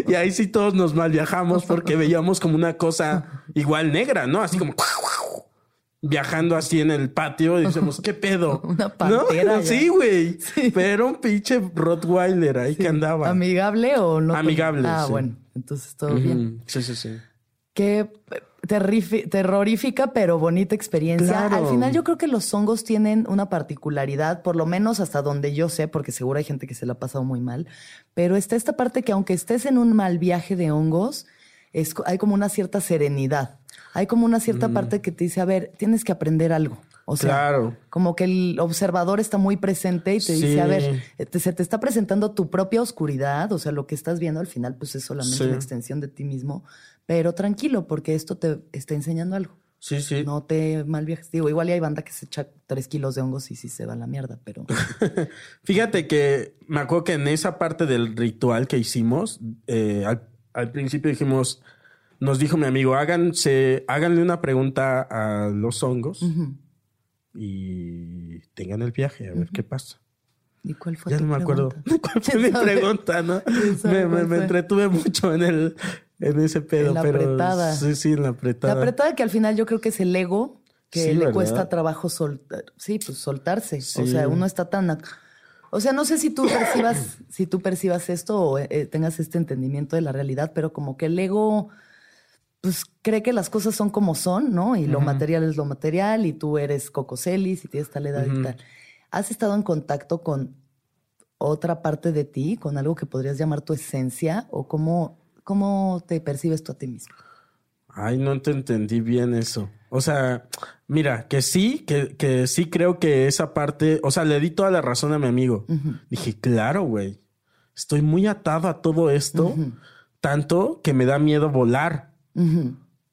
Speaker 4: y ahí sí todos nos mal viajamos porque veíamos como una cosa igual negra, ¿no? Así como viajando así en el patio y decimos, ¿qué pedo?
Speaker 3: Una pantera ya.
Speaker 4: Sí, güey.
Speaker 3: Sí.
Speaker 4: Pero un pinche Rottweiler ahí que andaba.
Speaker 3: ¿Amigable o no?
Speaker 4: Amigable,
Speaker 3: Ah,
Speaker 4: sí.
Speaker 3: bueno, entonces todo
Speaker 4: Ujú.
Speaker 3: bien.
Speaker 4: Sí, sí, sí.
Speaker 3: Qué terrifi- terrorífica, pero bonita experiencia.
Speaker 4: Claro.
Speaker 3: Al final yo creo que los hongos tienen una particularidad, por lo menos hasta donde yo sé, porque seguro hay gente que se la ha pasado muy mal, pero está esta parte que aunque estés en un mal viaje de hongos, es co- hay como una cierta serenidad. Hay como una cierta
Speaker 4: Mm.
Speaker 3: parte que te dice, a ver, tienes que aprender algo. O sea,
Speaker 4: Claro.
Speaker 3: como que el observador está muy presente y te
Speaker 4: Sí.
Speaker 3: dice, a ver, eh, te- se te está presentando tu propia oscuridad, o sea, lo que estás viendo al final pues es solamente
Speaker 4: Sí.
Speaker 3: una extensión de ti mismo, pero tranquilo porque esto te está enseñando algo.
Speaker 4: Sí, sí.
Speaker 3: No te mal viajes. Digo, igual y hay banda que se echa tres kilos de hongos y sí se va a la mierda, pero
Speaker 4: Fíjate que me acuerdo que en esa parte del ritual que hicimos, eh, al, al principio dijimos, nos dijo mi amigo, háganse, háganle una pregunta a los hongos y tengan el viaje, a ver qué pasa.
Speaker 3: ¿y cuál fue
Speaker 4: Ya
Speaker 3: tu
Speaker 4: no me acuerdo
Speaker 3: pregunta?
Speaker 4: cuál fue mi pregunta, ¿no?
Speaker 3: sabe
Speaker 4: Me, me-
Speaker 3: cuál
Speaker 4: me
Speaker 3: fue?
Speaker 4: entretuve mucho en el en ese pedo,
Speaker 3: En la
Speaker 4: pero
Speaker 3: apretada.
Speaker 4: sí, sí, en la
Speaker 3: La
Speaker 4: apretada.
Speaker 3: apretada que al final yo creo que es el ego que
Speaker 4: Sí,
Speaker 3: le
Speaker 4: ¿verdad?
Speaker 3: cuesta trabajo soltar. Sí, pues soltarse.
Speaker 4: Sí.
Speaker 3: O sea, uno está tan. ac- O sea, no sé si tú percibas, si tú percibas esto o eh, tengas este entendimiento de la realidad, pero como que el ego pues cree que las cosas son como son, ¿no? Y lo material es lo material, y tú eres cocoselis y tienes tal edad y tal. ¿Has estado en contacto con otra parte de ti, con algo que podrías llamar tu esencia? ¿O cómo, cómo te percibes tú a ti mismo?
Speaker 4: Ay, no te entendí bien eso. O sea, mira, que sí, que, que sí creo que esa parte, o sea, le di toda la razón a mi amigo. Dije, claro, güey, estoy muy atado a todo esto, tanto que me da miedo volar.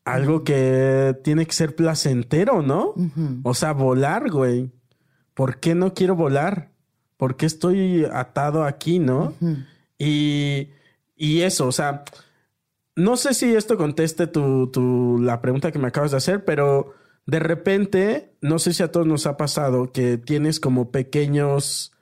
Speaker 4: Algo que tiene que ser placentero, ¿no? O sea, volar, güey. ¿Por qué no quiero volar? ¿Por qué estoy atado aquí, no? y, y eso, o sea, no sé si esto conteste tu, tu- la pregunta que me acabas de hacer, pero de repente, no sé si a todos nos ha pasado que tienes como pequeños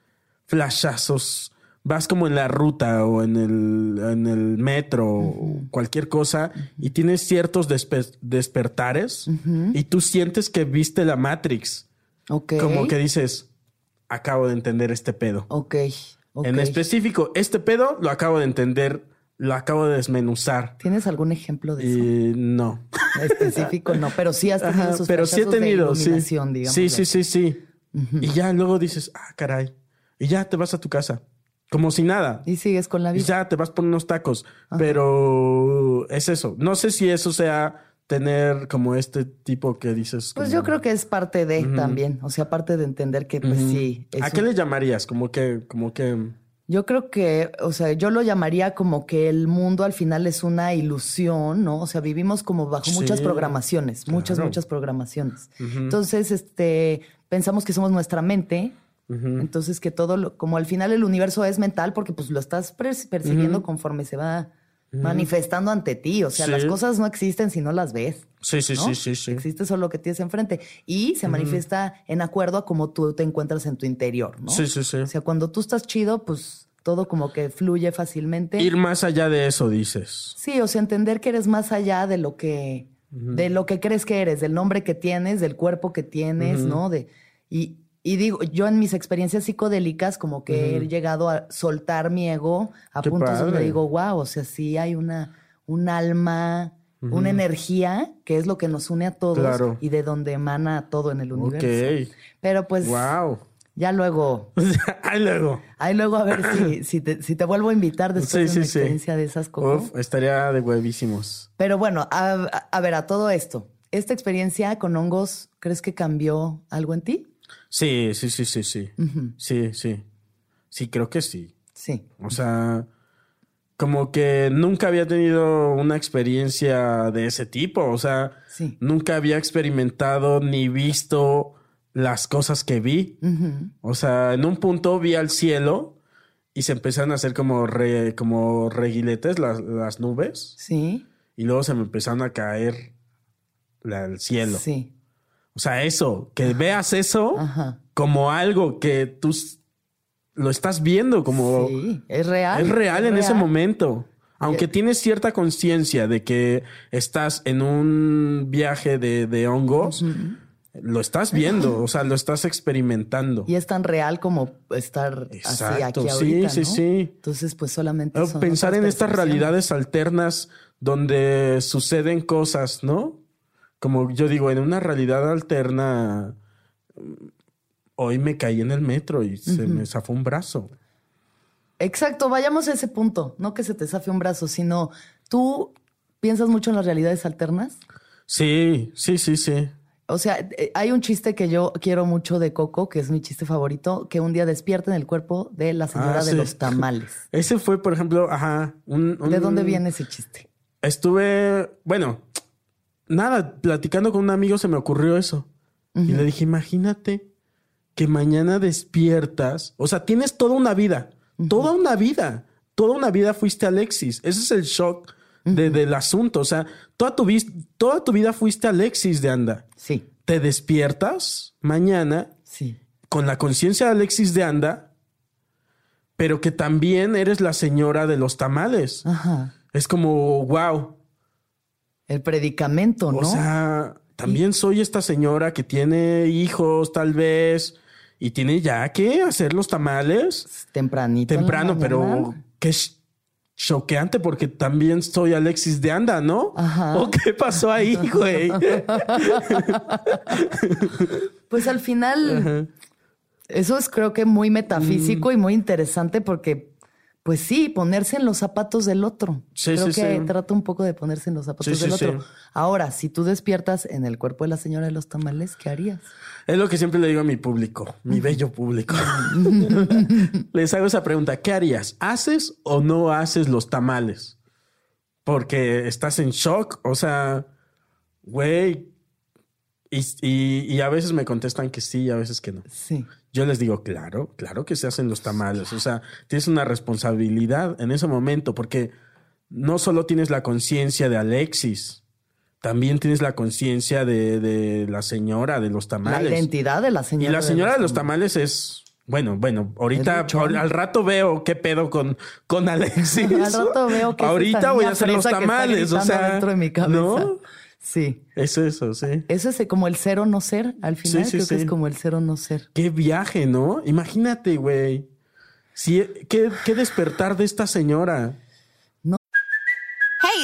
Speaker 4: flashazos. Vas como en la ruta o en el, en el metro o cualquier cosa y tienes ciertos despe- despertares y tú sientes que viste la Matrix.
Speaker 3: Ok.
Speaker 4: Como que dices, acabo de entender este pedo.
Speaker 3: Ok. ok.
Speaker 4: En específico, este pedo lo acabo de entender, lo acabo de desmenuzar.
Speaker 3: ¿Tienes algún ejemplo de eso?
Speaker 4: Y no.
Speaker 3: Específico, no, pero sí has tenido
Speaker 4: Ajá,
Speaker 3: esos
Speaker 4: pero sí he
Speaker 3: flashazos de
Speaker 4: tenido, sí.
Speaker 3: iluminación, digamos.
Speaker 4: sí, sí, sí, sí. Y ya luego dices, ah, caray. Y ya te vas a tu casa. Como si nada.
Speaker 3: Y sigues con la
Speaker 4: Y
Speaker 3: vida.
Speaker 4: ya te vas por unos tacos. Pero es eso. No sé si eso sea tener como este tipo que dices.
Speaker 3: Pues
Speaker 4: como-
Speaker 3: yo creo que es parte de también, o sea, parte de entender que pues sí. es
Speaker 4: ¿A qué
Speaker 3: un-
Speaker 4: le llamarías? Como que, como que.
Speaker 3: Yo creo que, o sea, yo lo llamaría como que el mundo al final es una ilusión, ¿no? O sea, vivimos como bajo muchas
Speaker 4: Sí,
Speaker 3: programaciones, muchas,
Speaker 4: claro.
Speaker 3: muchas programaciones. Entonces, este, pensamos que somos nuestra mente. Entonces, que todo, lo- como al final el universo es mental, porque pues lo estás pers- persiguiendo conforme se va manifestando ante ti. O sea,
Speaker 4: Sí.
Speaker 3: las cosas no existen si no las ves.
Speaker 4: Sí, sí,
Speaker 3: ¿no?
Speaker 4: sí, sí, sí.
Speaker 3: Existe solo lo que tienes enfrente. Y se manifiesta en acuerdo a cómo tú te encuentras en tu interior, ¿no?
Speaker 4: Sí, sí, sí.
Speaker 3: O sea, cuando tú estás chido, pues todo como que fluye fácilmente.
Speaker 4: Ir más allá de eso, dices.
Speaker 3: Sí, o sea, entender que eres más allá de lo que, de lo que crees que eres, del nombre que tienes, del cuerpo que tienes, ¿no? De, y, y digo, yo en mis experiencias psicodélicas, como que he llegado a soltar mi ego a
Speaker 4: Qué
Speaker 3: puntos donde
Speaker 4: padre.
Speaker 3: digo, wow, o sea, sí hay una, un alma, una energía que es lo que nos une a todos
Speaker 4: Claro.
Speaker 3: y de donde emana todo en el universo.
Speaker 4: Ok.
Speaker 3: Pero pues
Speaker 4: Wow.
Speaker 3: ya luego
Speaker 4: Ahí ah, luego.
Speaker 3: Ahí luego a ver si, si, te, si te vuelvo a invitar
Speaker 4: Sí,
Speaker 3: después
Speaker 4: sí,
Speaker 3: de una
Speaker 4: sí.
Speaker 3: experiencia de esas cosas.
Speaker 4: Uf, estaría de huevísimos.
Speaker 3: Pero bueno, a, a ver, a todo esto. ¿Esta experiencia con hongos crees que cambió algo en ti?
Speaker 4: Sí, sí, sí, sí, sí. Sí, sí. Sí, creo que sí.
Speaker 3: Sí.
Speaker 4: O sea, como que nunca había tenido una experiencia de ese tipo. O sea,
Speaker 3: Sí.
Speaker 4: nunca había experimentado ni visto las cosas que vi. O sea, en un punto vi al cielo y se empezaron a hacer como, re- como reguiletes las, las nubes.
Speaker 3: Sí.
Speaker 4: Y luego se me empezaron a caer la- el cielo.
Speaker 3: Sí.
Speaker 4: O sea, eso, que veas eso
Speaker 3: Ajá.
Speaker 4: como algo que tú s- lo estás viendo, como
Speaker 3: sí. Es real.
Speaker 4: es real en ese
Speaker 3: real. Eh,
Speaker 4: momento. Aunque tienes cierta conciencia de que estás en un viaje de, de hongos, lo estás viendo, o sea, lo estás experimentando.
Speaker 3: Y es tan real como estar así
Speaker 4: Exacto,
Speaker 3: aquí
Speaker 4: sí,
Speaker 3: ahorita,
Speaker 4: sí,
Speaker 3: ¿no?
Speaker 4: sí.
Speaker 3: Entonces, pues solamente
Speaker 4: O
Speaker 3: son
Speaker 4: Ah, Pensar
Speaker 3: otras
Speaker 4: en estas
Speaker 3: percepciones.
Speaker 4: realidades alternas donde suceden cosas, ¿no? Como yo digo, en una realidad alterna, mm, hoy me caí en el metro y se me zafó un brazo.
Speaker 3: Exacto, vayamos a ese punto. No que se te zafe un brazo, sino tú piensas mucho en las realidades alternas.
Speaker 4: Sí, sí, sí, sí.
Speaker 3: O sea, eh, hay un chiste que yo quiero mucho de Coco, que es mi chiste favorito, que un día despierta en el cuerpo de la señora
Speaker 4: Ah,
Speaker 3: de
Speaker 4: sí.
Speaker 3: los tamales.
Speaker 4: Ese fue, por ejemplo, ajá, un,
Speaker 3: ¿De
Speaker 4: un-
Speaker 3: dónde viene ese chiste?
Speaker 4: Estuve, bueno, nada, platicando con un amigo se me ocurrió eso. Y le dije, imagínate que mañana despiertas, o sea, tienes toda una vida, toda una vida, toda una vida fuiste Alexis. Ese es el shock de- del asunto, o sea, toda tu, vis- toda tu vida fuiste Alexis de Anda.
Speaker 3: Sí,
Speaker 4: Te despiertas mañana
Speaker 3: sí.
Speaker 4: con la conciencia de Alexis de Anda, pero que también eres la señora de los tamales.
Speaker 3: Ajá.
Speaker 4: Es como, wow,
Speaker 3: El predicamento, ¿no?
Speaker 4: O sea, también soy esta señora que tiene hijos, tal vez, y tiene ya que hacer los tamales
Speaker 3: Tempranito. en la
Speaker 4: temprano, pero
Speaker 3: mañana.
Speaker 4: qué sh- choqueante, porque también soy Alexis de Anda, ¿no?
Speaker 3: Ajá.
Speaker 4: ¿O qué pasó ahí, güey?
Speaker 3: Pues al final, eso es creo que muy
Speaker 4: Mm.
Speaker 3: metafísico y muy interesante porque, pues sí, ponerse en los zapatos del otro.
Speaker 4: Sí,
Speaker 3: creo
Speaker 4: sí,
Speaker 3: que
Speaker 4: sí.
Speaker 3: trata un poco de ponerse en los zapatos
Speaker 4: Sí,
Speaker 3: del
Speaker 4: sí,
Speaker 3: otro.
Speaker 4: sí.
Speaker 3: Ahora, si tú despiertas en el cuerpo de la señora de los tamales, ¿qué harías?
Speaker 4: es lo que siempre le digo a mi público, mi bello público. Les hago esa pregunta, ¿qué harías? ¿Haces o no haces los tamales? Porque estás en shock, o sea, güey. Y, y- y a veces me contestan que sí y a veces que no.
Speaker 3: Sí.
Speaker 4: Yo les digo, claro, claro que se hacen los tamales. O sea, tienes una responsabilidad en ese momento porque no solo tienes la conciencia de Alexis, también tienes la conciencia de, de la señora de los
Speaker 3: La
Speaker 4: tamales.
Speaker 3: identidad de la
Speaker 4: Y
Speaker 3: señora.
Speaker 4: la señora de los tamales es. Bueno, bueno, ahorita
Speaker 3: Es luchona.
Speaker 4: al- al rato veo qué pedo con, con Alexis.
Speaker 3: Al rato veo que es
Speaker 4: ahorita
Speaker 3: esa
Speaker 4: voy a
Speaker 3: niña
Speaker 4: hacer los
Speaker 3: fresa que está
Speaker 4: tamales. O
Speaker 3: gritando
Speaker 4: sea,
Speaker 3: dentro de mi cabeza.
Speaker 4: ¿no?
Speaker 3: Sí.
Speaker 4: Es eso, sí.
Speaker 3: Eso es como el cero no ser. Al final
Speaker 4: sí,
Speaker 3: creo que
Speaker 4: sí.
Speaker 3: es como el cero no ser.
Speaker 4: Qué viaje, ¿no? Imagínate, güey. Si, qué, qué despertar de esta señora.
Speaker 5: Hey,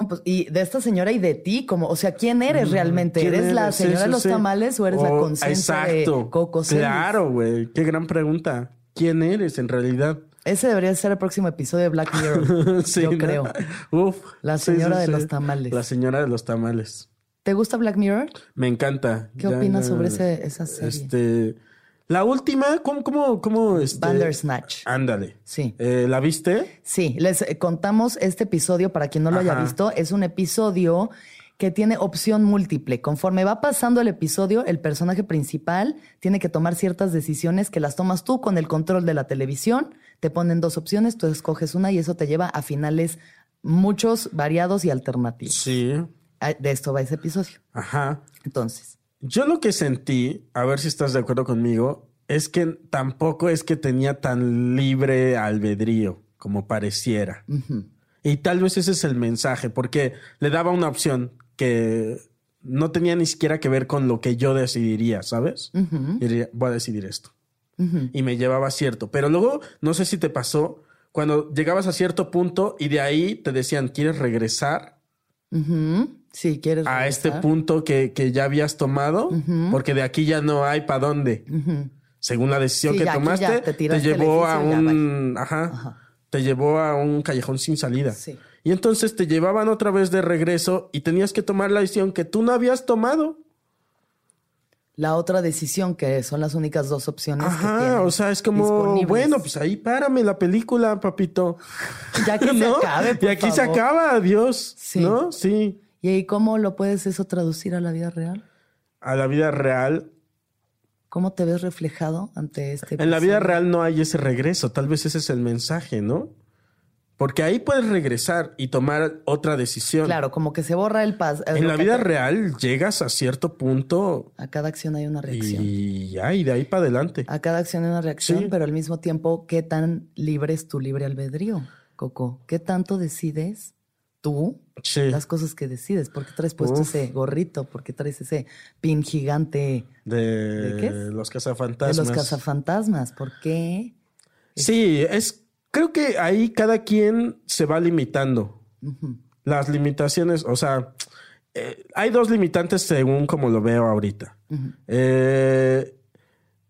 Speaker 3: No, pues, y de esta señora y de ti, como, o sea, ¿quién eres realmente?
Speaker 4: Mm, ¿Quién
Speaker 3: ¿Eres, la
Speaker 4: eres? Sí,
Speaker 3: señora de
Speaker 4: sí,
Speaker 3: los
Speaker 4: sí.
Speaker 3: tamales o eres la
Speaker 4: Oh,
Speaker 3: conciencia de
Speaker 4: exacto.
Speaker 3: Coco Celis?
Speaker 4: Claro, güey. Qué gran pregunta. ¿Quién eres en realidad?
Speaker 3: Ese debería ser el próximo episodio de Black Mirror,
Speaker 4: Sí,
Speaker 3: yo
Speaker 4: ¿no?
Speaker 3: creo.
Speaker 4: Uf.
Speaker 3: La
Speaker 4: Sí, sí,
Speaker 3: señora de
Speaker 4: sí.
Speaker 3: los tamales.
Speaker 4: La señora de los tamales.
Speaker 3: ¿Te gusta Black Mirror?
Speaker 4: Me encanta.
Speaker 3: ¿Qué opinas sobre ese- esa serie?
Speaker 4: Este, la última, ¿cómo, cómo, cómo? Este,
Speaker 3: Bandersnatch.
Speaker 4: Ándale.
Speaker 3: Sí.
Speaker 4: Eh, ¿La viste?
Speaker 3: Sí, les eh, contamos este episodio para quien no lo haya
Speaker 4: Ajá.
Speaker 3: visto. Es un episodio que tiene opción múltiple. Conforme va pasando el episodio, el personaje principal tiene que tomar ciertas decisiones que las tomas tú con el control de la televisión. Te ponen dos opciones, tú escoges una y eso te lleva a finales muchos, variados y alternativos.
Speaker 4: Sí.
Speaker 3: Ah, De esto va ese episodio.
Speaker 4: Ajá.
Speaker 3: Entonces,
Speaker 4: Yo lo que sentí, a ver si estás de acuerdo conmigo, es que tampoco es que tenía tan libre albedrío como pareciera. Y tal vez ese es el mensaje, porque le daba una opción que no tenía ni siquiera que ver con lo que yo decidiría, ¿sabes? Diría, voy a decidir esto. Y me llevaba a cierto. Pero luego, no sé si te pasó, cuando llegabas a cierto punto y de ahí te decían, ¿quieres regresar?
Speaker 3: si quieres...
Speaker 4: a este
Speaker 3: regresar.
Speaker 4: punto que, que ya habías tomado, porque de aquí ya no hay para dónde. Según la decisión
Speaker 3: Sí,
Speaker 4: que
Speaker 3: ya, aquí
Speaker 4: tomaste,
Speaker 3: ya te
Speaker 4: te,
Speaker 3: tiraste el
Speaker 4: llevó a
Speaker 3: edificio, ya,
Speaker 4: un, ajá, te llevó a un callejón sin salida.
Speaker 3: Sí.
Speaker 4: Y entonces te llevaban otra vez de regreso y tenías que tomar la decisión que tú no habías tomado.
Speaker 3: La otra decisión, que son las únicas dos opciones. que tienen
Speaker 4: Ajá, o sea, es como,
Speaker 3: disponibles.
Speaker 4: bueno, pues ahí párame la película, papito.
Speaker 3: Ya que se
Speaker 4: ¿No?
Speaker 3: acabe, por
Speaker 4: y aquí se
Speaker 3: favor.
Speaker 4: acaba, adiós.
Speaker 3: Sí.
Speaker 4: ¿No? Sí.
Speaker 3: ¿Y ahí cómo lo puedes eso traducir a la vida real?
Speaker 4: A la vida real,
Speaker 3: ¿Cómo te ves reflejado ante este
Speaker 4: En la vida
Speaker 3: episodio?
Speaker 4: real no hay ese regreso, tal vez ese es el mensaje, ¿no? Porque ahí puedes regresar y tomar otra decisión.
Speaker 3: Claro, como que se borra el pas. eh,
Speaker 4: En la vida real llegas a cierto punto
Speaker 3: A cada acción hay una reacción. Ah,
Speaker 4: y ya, y de ahí para adelante.
Speaker 3: A cada acción hay una reacción,
Speaker 4: Sí.
Speaker 3: pero al mismo tiempo, ¿qué tan libre es tu libre albedrío, Coco? ¿Qué tanto decides tú
Speaker 4: Sí.
Speaker 3: las cosas que decides? ¿Por qué traes puesto
Speaker 4: Uf.
Speaker 3: ese gorrito? ¿Por qué traes ese pin gigante
Speaker 4: De,
Speaker 3: ¿De qué es?
Speaker 4: los
Speaker 3: de
Speaker 4: cazafantasmas.
Speaker 3: los cazafantasmas? ¿Por qué?
Speaker 4: Sí, es creo que ahí cada quien se va limitando. Las limitaciones, o sea, eh, hay dos limitantes según como lo veo ahorita. Eh,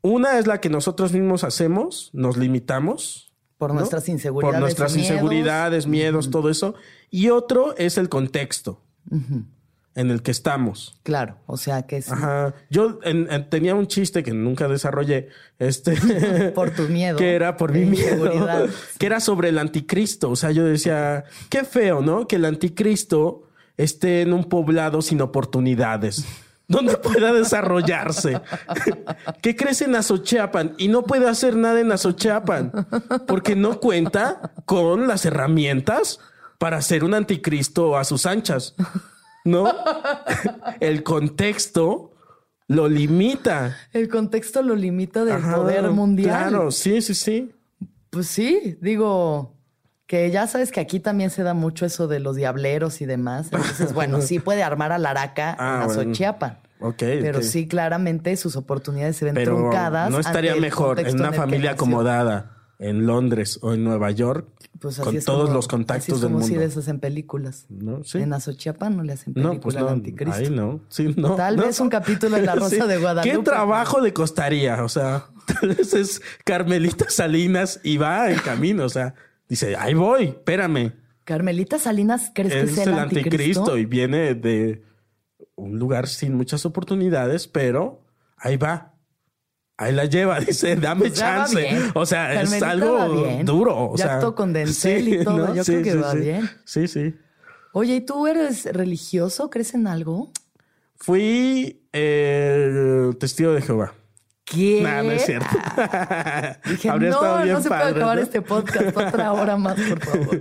Speaker 4: una es la que nosotros mismos hacemos, nos limitamos.
Speaker 3: Por
Speaker 4: ¿no?
Speaker 3: nuestras inseguridades.
Speaker 4: Por nuestras
Speaker 3: miedos.
Speaker 4: inseguridades, miedos, todo eso. Y otro es el contexto en el que estamos.
Speaker 3: Claro, o sea que es
Speaker 4: Ajá. Yo en- en- tenía un chiste que nunca desarrollé, este,
Speaker 3: por tu miedo.
Speaker 4: que era por mi
Speaker 3: de
Speaker 4: miedo,
Speaker 3: inseguridad.
Speaker 4: que era sobre el anticristo. O sea, yo decía, qué feo, ¿no? Que el anticristo esté en un poblado sin oportunidades, donde pueda desarrollarse, que crece en Azochiapan y no puede hacer nada en Azochiapan, porque no cuenta con las herramientas para ser un anticristo a sus anchas, ¿no? El contexto lo limita.
Speaker 3: El contexto lo limita del
Speaker 4: Ajá,
Speaker 3: poder mundial.
Speaker 4: Claro, sí, sí, sí.
Speaker 3: Pues sí, digo que ya sabes que aquí también se da mucho eso de los diableros y demás. Entonces, bueno, sí puede armar a la araca
Speaker 4: Ah,
Speaker 3: a
Speaker 4: bueno.
Speaker 3: Xochiapan.
Speaker 4: Ok,
Speaker 3: Pero
Speaker 4: ok.
Speaker 3: sí, claramente sus oportunidades se ven
Speaker 4: Pero
Speaker 3: truncadas.
Speaker 4: no
Speaker 3: ante
Speaker 4: estaría
Speaker 3: el
Speaker 4: mejor en
Speaker 3: contexto
Speaker 4: una
Speaker 3: el que
Speaker 4: familia
Speaker 3: nació.
Speaker 4: acomodada en Londres o en Nueva York
Speaker 3: Pues así
Speaker 4: con
Speaker 3: es
Speaker 4: todos
Speaker 3: como-
Speaker 4: los
Speaker 3: así
Speaker 4: contactos
Speaker 3: es
Speaker 4: del
Speaker 3: como
Speaker 4: mundo.
Speaker 3: si de esas en películas.
Speaker 4: ¿No? Sí.
Speaker 3: En Azochiapan no le hacen película
Speaker 4: No, pues
Speaker 3: al
Speaker 4: no,
Speaker 3: anticristo.
Speaker 4: ahí no. Sí, no,
Speaker 3: Tal
Speaker 4: no.
Speaker 3: vez un capítulo de La Rosa de Guadalupe.
Speaker 4: ¿Qué trabajo le costaría? O sea, tal vez es Carmelita Salinas y va en camino. O sea, dice, ahí voy, espérame.
Speaker 3: Carmelita Salinas, ¿crees que
Speaker 4: Es el anticristo y viene de un lugar sin muchas oportunidades, pero ahí va. Ahí la lleva, dice, dame
Speaker 3: Pues ya va
Speaker 4: chance.
Speaker 3: bien.
Speaker 4: O sea, es
Speaker 3: Carmelita va
Speaker 4: algo
Speaker 3: bien.
Speaker 4: duro. O
Speaker 3: Ya
Speaker 4: sea,
Speaker 3: actuó con Denzel y todo, yo creo que va
Speaker 4: sí.
Speaker 3: bien.
Speaker 4: Sí, sí.
Speaker 3: Oye, ¿y tú eres religioso? ¿Crees en algo?
Speaker 4: Fui eh, testigo de Jehová.
Speaker 3: ¿Qué? Ah.
Speaker 4: Nah, no es cierto.
Speaker 3: Dije,
Speaker 4: Habría estado
Speaker 3: no,
Speaker 4: bien
Speaker 3: no se
Speaker 4: padre,
Speaker 3: puede acabar
Speaker 4: ¿no?
Speaker 3: este podcast otra hora más, por favor.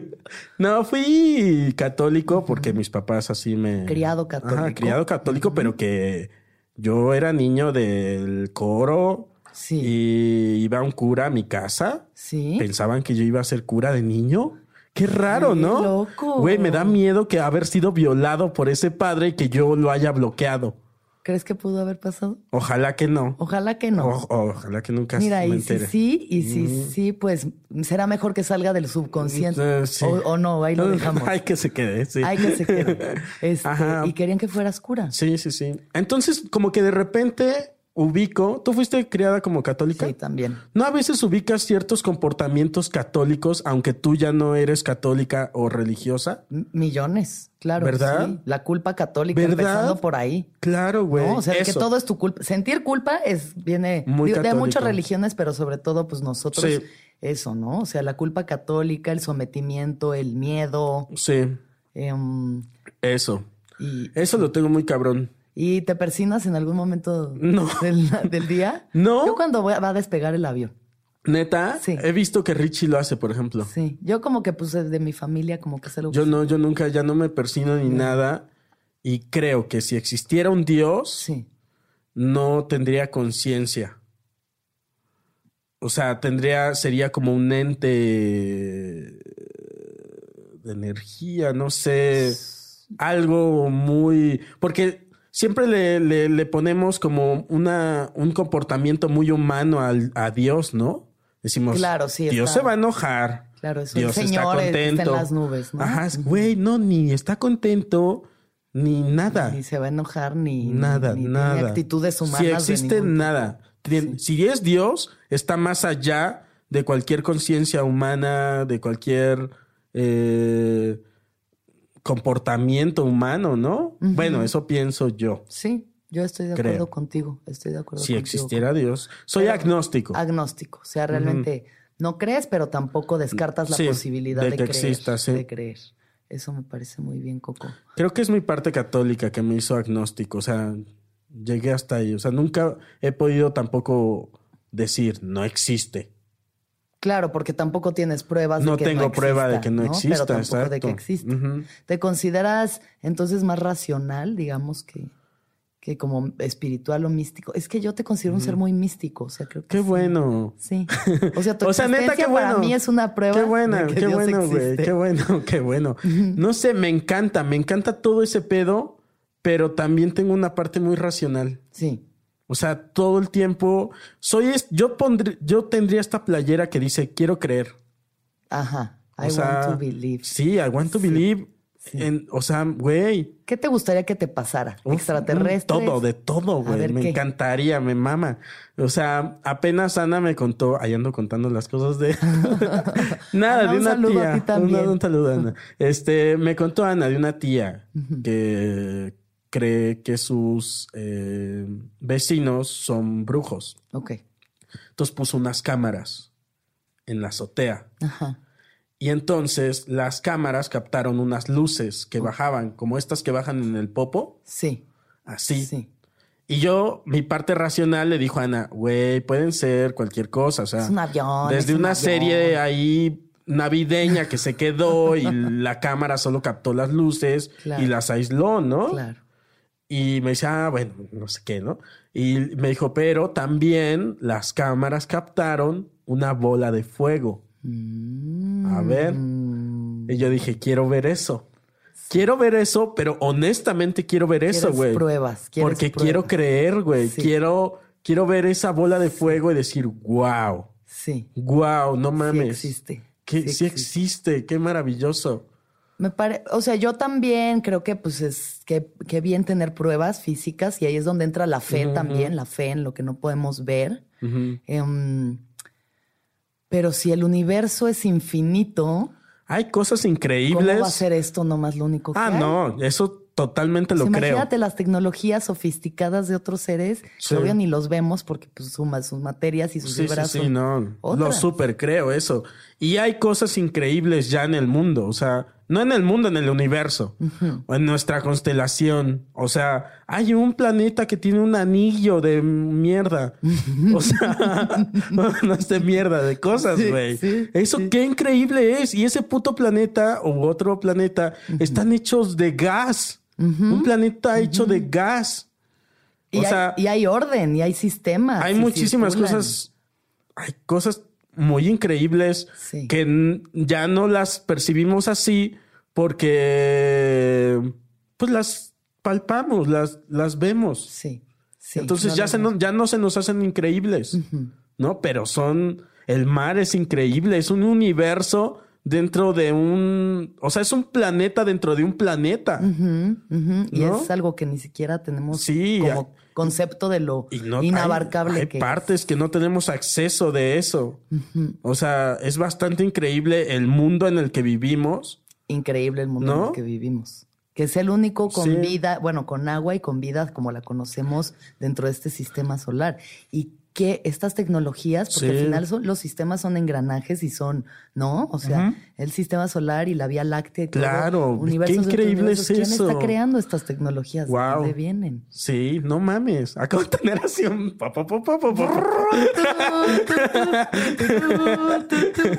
Speaker 4: No, fui católico porque mis papás así me...
Speaker 3: Criado católico.
Speaker 4: Ajá, criado católico, pero que yo era niño del coro
Speaker 3: Sí.
Speaker 4: y iba un cura a mi casa.
Speaker 3: Sí.
Speaker 4: Pensaban que yo iba a ser cura de niño. Qué raro,
Speaker 3: Qué
Speaker 4: ¿no?
Speaker 3: loco.
Speaker 4: Güey, me da miedo que haber sido violado por ese padre y que yo lo haya bloqueado.
Speaker 3: ¿Crees que pudo haber pasado?
Speaker 4: Ojalá que no.
Speaker 3: Ojalá que no.
Speaker 4: O- ojalá que nunca
Speaker 3: Mira,
Speaker 4: Oh, me
Speaker 3: y si
Speaker 4: entere.
Speaker 3: sí, y si sí, pues será mejor que salga del subconsciente.
Speaker 4: Eh, sí.
Speaker 3: o, o no, ahí lo dejamos.
Speaker 4: Ay, que se quede, sí.
Speaker 3: Ay, que se quede. Este,
Speaker 4: Ajá.
Speaker 3: y querían que fueras cura.
Speaker 4: Sí, sí, sí. Entonces, como que de repente ubico, tú fuiste criada como católica.
Speaker 3: Sí, también.
Speaker 4: ¿No a veces ubicas ciertos comportamientos católicos, aunque tú ya no eres católica o religiosa?
Speaker 3: M- Millones, claro.
Speaker 4: ¿Verdad?
Speaker 3: sí. La culpa católica,
Speaker 4: ¿Verdad?
Speaker 3: empezando por ahí.
Speaker 4: Claro, güey.
Speaker 3: ¿no? O sea, que
Speaker 4: Eso.
Speaker 3: todo es tu culpa. Sentir culpa es viene
Speaker 4: Muy
Speaker 3: digo, de
Speaker 4: católico.
Speaker 3: muchas religiones, pero sobre todo, pues nosotros,
Speaker 4: Sí.
Speaker 3: eso, ¿no? O sea, la culpa católica, el sometimiento, el miedo.
Speaker 4: Sí,
Speaker 3: em,
Speaker 4: eso.
Speaker 3: y,
Speaker 4: Eso lo tengo muy cabrón.
Speaker 3: ¿Y te persinas en algún momento
Speaker 4: No.
Speaker 3: del, del día?
Speaker 4: No.
Speaker 3: Yo cuando voy- va a despegar el avión.
Speaker 4: Neta,
Speaker 3: Sí.
Speaker 4: he visto que Richie lo hace, por ejemplo.
Speaker 3: Sí. Yo como que pues de mi familia como que se lo...
Speaker 4: Yo no, yo nunca, ya no me persino ni nada. Y creo que si existiera un Dios,
Speaker 3: Sí.
Speaker 4: no tendría conciencia. O sea, tendría, sería como un ente de energía, no sé, algo muy... Porque siempre le, le- le ponemos como una, un comportamiento muy humano al- a Dios, ¿no? Decimos,
Speaker 3: Claro, sí,
Speaker 4: Dios
Speaker 3: está-
Speaker 4: se va a enojar.
Speaker 3: Claro, es un
Speaker 4: Dios
Speaker 3: señor,
Speaker 4: está
Speaker 3: está en
Speaker 4: contento.
Speaker 3: las nubes, ¿no?
Speaker 4: Ajá, güey, no, ni está contento, ni nada.
Speaker 3: Ni se va a enojar, ni... ni-
Speaker 4: Nada,
Speaker 3: ni, tiene
Speaker 4: nada.
Speaker 3: actitudes humanas.
Speaker 4: Si
Speaker 3: de
Speaker 4: existe
Speaker 3: ningún-
Speaker 4: nada. Tien- Si es Dios, está más allá de cualquier conciencia humana, de cualquier eh, comportamiento humano, ¿no? Bueno, eso pienso yo.
Speaker 3: Sí, yo estoy de
Speaker 4: Creo.
Speaker 3: acuerdo contigo. Estoy de acuerdo
Speaker 4: Si
Speaker 3: contigo.
Speaker 4: existiera Dios. Soy
Speaker 3: Pero-
Speaker 4: agnóstico.
Speaker 3: Agnóstico. O sea, realmente no crees, pero tampoco descartas la
Speaker 4: Sí,
Speaker 3: posibilidad
Speaker 4: de
Speaker 3: de,
Speaker 4: que
Speaker 3: creer.
Speaker 4: exista, sí.
Speaker 3: De creer. Eso me parece muy bien, Coco.
Speaker 4: Creo que es mi parte católica que me hizo agnóstico. O sea, llegué hasta ahí. O sea, nunca he podido tampoco decir, no existe.
Speaker 3: Claro, porque tampoco tienes pruebas
Speaker 4: No
Speaker 3: de que
Speaker 4: tengo
Speaker 3: no
Speaker 4: prueba de
Speaker 3: exista,
Speaker 4: que no exista,
Speaker 3: Pero tampoco de
Speaker 4: exacto.
Speaker 3: que exista.
Speaker 4: Ujú.
Speaker 3: ¿Te consideras entonces más racional, digamos, que, que como espiritual o místico? Es que yo te considero un ser muy místico, o sea, creo que
Speaker 4: Qué
Speaker 3: sí.
Speaker 4: bueno.
Speaker 3: Sí. O sea, tu
Speaker 4: O sea, neta, qué
Speaker 3: existencia
Speaker 4: bueno.
Speaker 3: para mí es una prueba
Speaker 4: Qué buena,
Speaker 3: de que
Speaker 4: qué
Speaker 3: Dios
Speaker 4: bueno, güey.
Speaker 3: existe.
Speaker 4: Qué bueno, qué bueno. No sé, me encanta, me encanta todo ese pedo, pero también tengo una parte muy racional.
Speaker 3: Sí.
Speaker 4: O sea, todo el tiempo soy es- yo pondré, yo tendría esta playera que dice quiero creer.
Speaker 3: Ajá.
Speaker 4: O
Speaker 3: I
Speaker 4: sea,
Speaker 3: want to believe.
Speaker 4: Sí, I want to believe. En- o sea, güey.
Speaker 3: ¿Qué te gustaría que te pasara?
Speaker 4: Uf,
Speaker 3: Extraterrestres.
Speaker 4: un Todo, de todo, güey.
Speaker 3: ver,
Speaker 4: Me
Speaker 3: ¿qué?
Speaker 4: encantaría, me mama. O sea, apenas Ana me contó, ahí ando contando las cosas de. Nada,
Speaker 3: Ana,
Speaker 4: de
Speaker 3: un
Speaker 4: una
Speaker 3: saludo a
Speaker 4: tía.
Speaker 3: ti también.
Speaker 4: Un, un saludo, Ana. Este, me contó Ana de una tía que cree que sus eh, vecinos son brujos.
Speaker 3: Ok.
Speaker 4: Entonces puso unas cámaras en la azotea.
Speaker 3: Ajá.
Speaker 4: Y entonces las cámaras captaron unas luces que bajaban, como estas que bajan en el popo,
Speaker 3: Sí.
Speaker 4: así.
Speaker 3: Sí.
Speaker 4: Y yo, mi parte racional le dijo a Ana, güey, pueden ser cualquier cosa, o sea,
Speaker 3: Es un avión. es
Speaker 4: desde
Speaker 3: un
Speaker 4: una
Speaker 3: avión.
Speaker 4: serie ahí navideña que se quedó y la cámara solo captó las luces
Speaker 3: Claro.
Speaker 4: y las aisló, ¿no?
Speaker 3: Claro.
Speaker 4: Y me dice, ah, bueno, no sé qué, ¿no? Y me dijo, pero también las cámaras captaron una bola de fuego.
Speaker 3: Mm.
Speaker 4: A ver. Y yo dije, quiero ver eso. Quiero ver eso, pero honestamente quiero ver eso,
Speaker 3: Quieres
Speaker 4: güey.
Speaker 3: pruebas, quieres
Speaker 4: Porque
Speaker 3: pruebas.
Speaker 4: quiero creer, güey.
Speaker 3: Sí.
Speaker 4: Quiero, quiero ver esa bola de fuego y decir, wow,
Speaker 3: Sí.
Speaker 4: wow, no mames.
Speaker 3: Sí existe.
Speaker 4: Que, sí,
Speaker 3: Sí
Speaker 4: existe, qué maravilloso.
Speaker 3: Me pare... O sea, yo también creo que pues es que, que bien tener pruebas físicas y ahí es donde entra la fe también, la fe en lo que no podemos ver. Em, pero si el universo es infinito,
Speaker 4: Hay cosas increíbles.
Speaker 3: ¿cómo va a ser esto nomás lo único que
Speaker 4: Ah,
Speaker 3: hay?
Speaker 4: no, eso totalmente lo
Speaker 3: Pues
Speaker 4: creo.
Speaker 3: Imagínate las tecnologías sofisticadas de otros seres
Speaker 4: Sí.
Speaker 3: que obvio ni los vemos porque pues sumas sus materias y sus
Speaker 4: Sí, sí,
Speaker 3: vibras
Speaker 4: sí,
Speaker 3: son
Speaker 4: no. Lo
Speaker 3: otras.
Speaker 4: super creo eso. Y hay cosas increíbles ya en el mundo, o sea, no en el mundo, en el universo, o en nuestra constelación. O sea, hay un planeta que tiene un anillo de mierda. O sea, no es de mierda, de cosas, güey. eso qué increíble es. Y ese puto planeta o otro planeta están hechos de gas. Un planeta hecho de gas.
Speaker 3: Y,
Speaker 4: o
Speaker 3: hay,
Speaker 4: sea,
Speaker 3: y hay orden y hay sistemas.
Speaker 4: hay
Speaker 3: y
Speaker 4: muchísimas
Speaker 3: circulan.
Speaker 4: cosas, hay cosas muy increíbles
Speaker 3: Sí.
Speaker 4: que n- ya no las percibimos así porque pues las palpamos, las, las vemos.
Speaker 3: Sí. sí.
Speaker 4: Entonces
Speaker 3: No
Speaker 4: ya,
Speaker 3: las
Speaker 4: se no, ya no se nos hacen increíbles, ¿no? Pero son, el mar es increíble, es un universo dentro de un, o sea, es un planeta dentro de un planeta.
Speaker 3: Ujú, Y
Speaker 4: ¿No?
Speaker 3: es algo que ni siquiera tenemos
Speaker 4: Sí,
Speaker 3: como concepto de lo
Speaker 4: Y no-
Speaker 3: inabarcable
Speaker 4: hay, hay
Speaker 3: que
Speaker 4: partes que no tenemos acceso de eso. O sea, es bastante increíble el mundo en el que vivimos.
Speaker 3: increíble el mundo en
Speaker 4: ¿No?
Speaker 3: el que vivimos. Que es el único con
Speaker 4: Sí.
Speaker 3: vida, bueno, con agua y con vida como la conocemos dentro de este sistema solar. Y que estas tecnologías, porque
Speaker 4: Sí.
Speaker 3: al final son- los sistemas son engranajes y son, ¿no? O sea, el sistema solar y la Vía Láctea. y todo,
Speaker 4: Claro,
Speaker 3: universos
Speaker 4: qué
Speaker 3: dentro de
Speaker 4: increíble es
Speaker 3: universos. ¿Quién
Speaker 4: eso?
Speaker 3: está creando estas tecnologías? ¿De
Speaker 4: Guau.
Speaker 3: dónde vienen?
Speaker 4: Sí, no mames. Acabo de tener así un... pa, pa, pa, pa, pa, pa.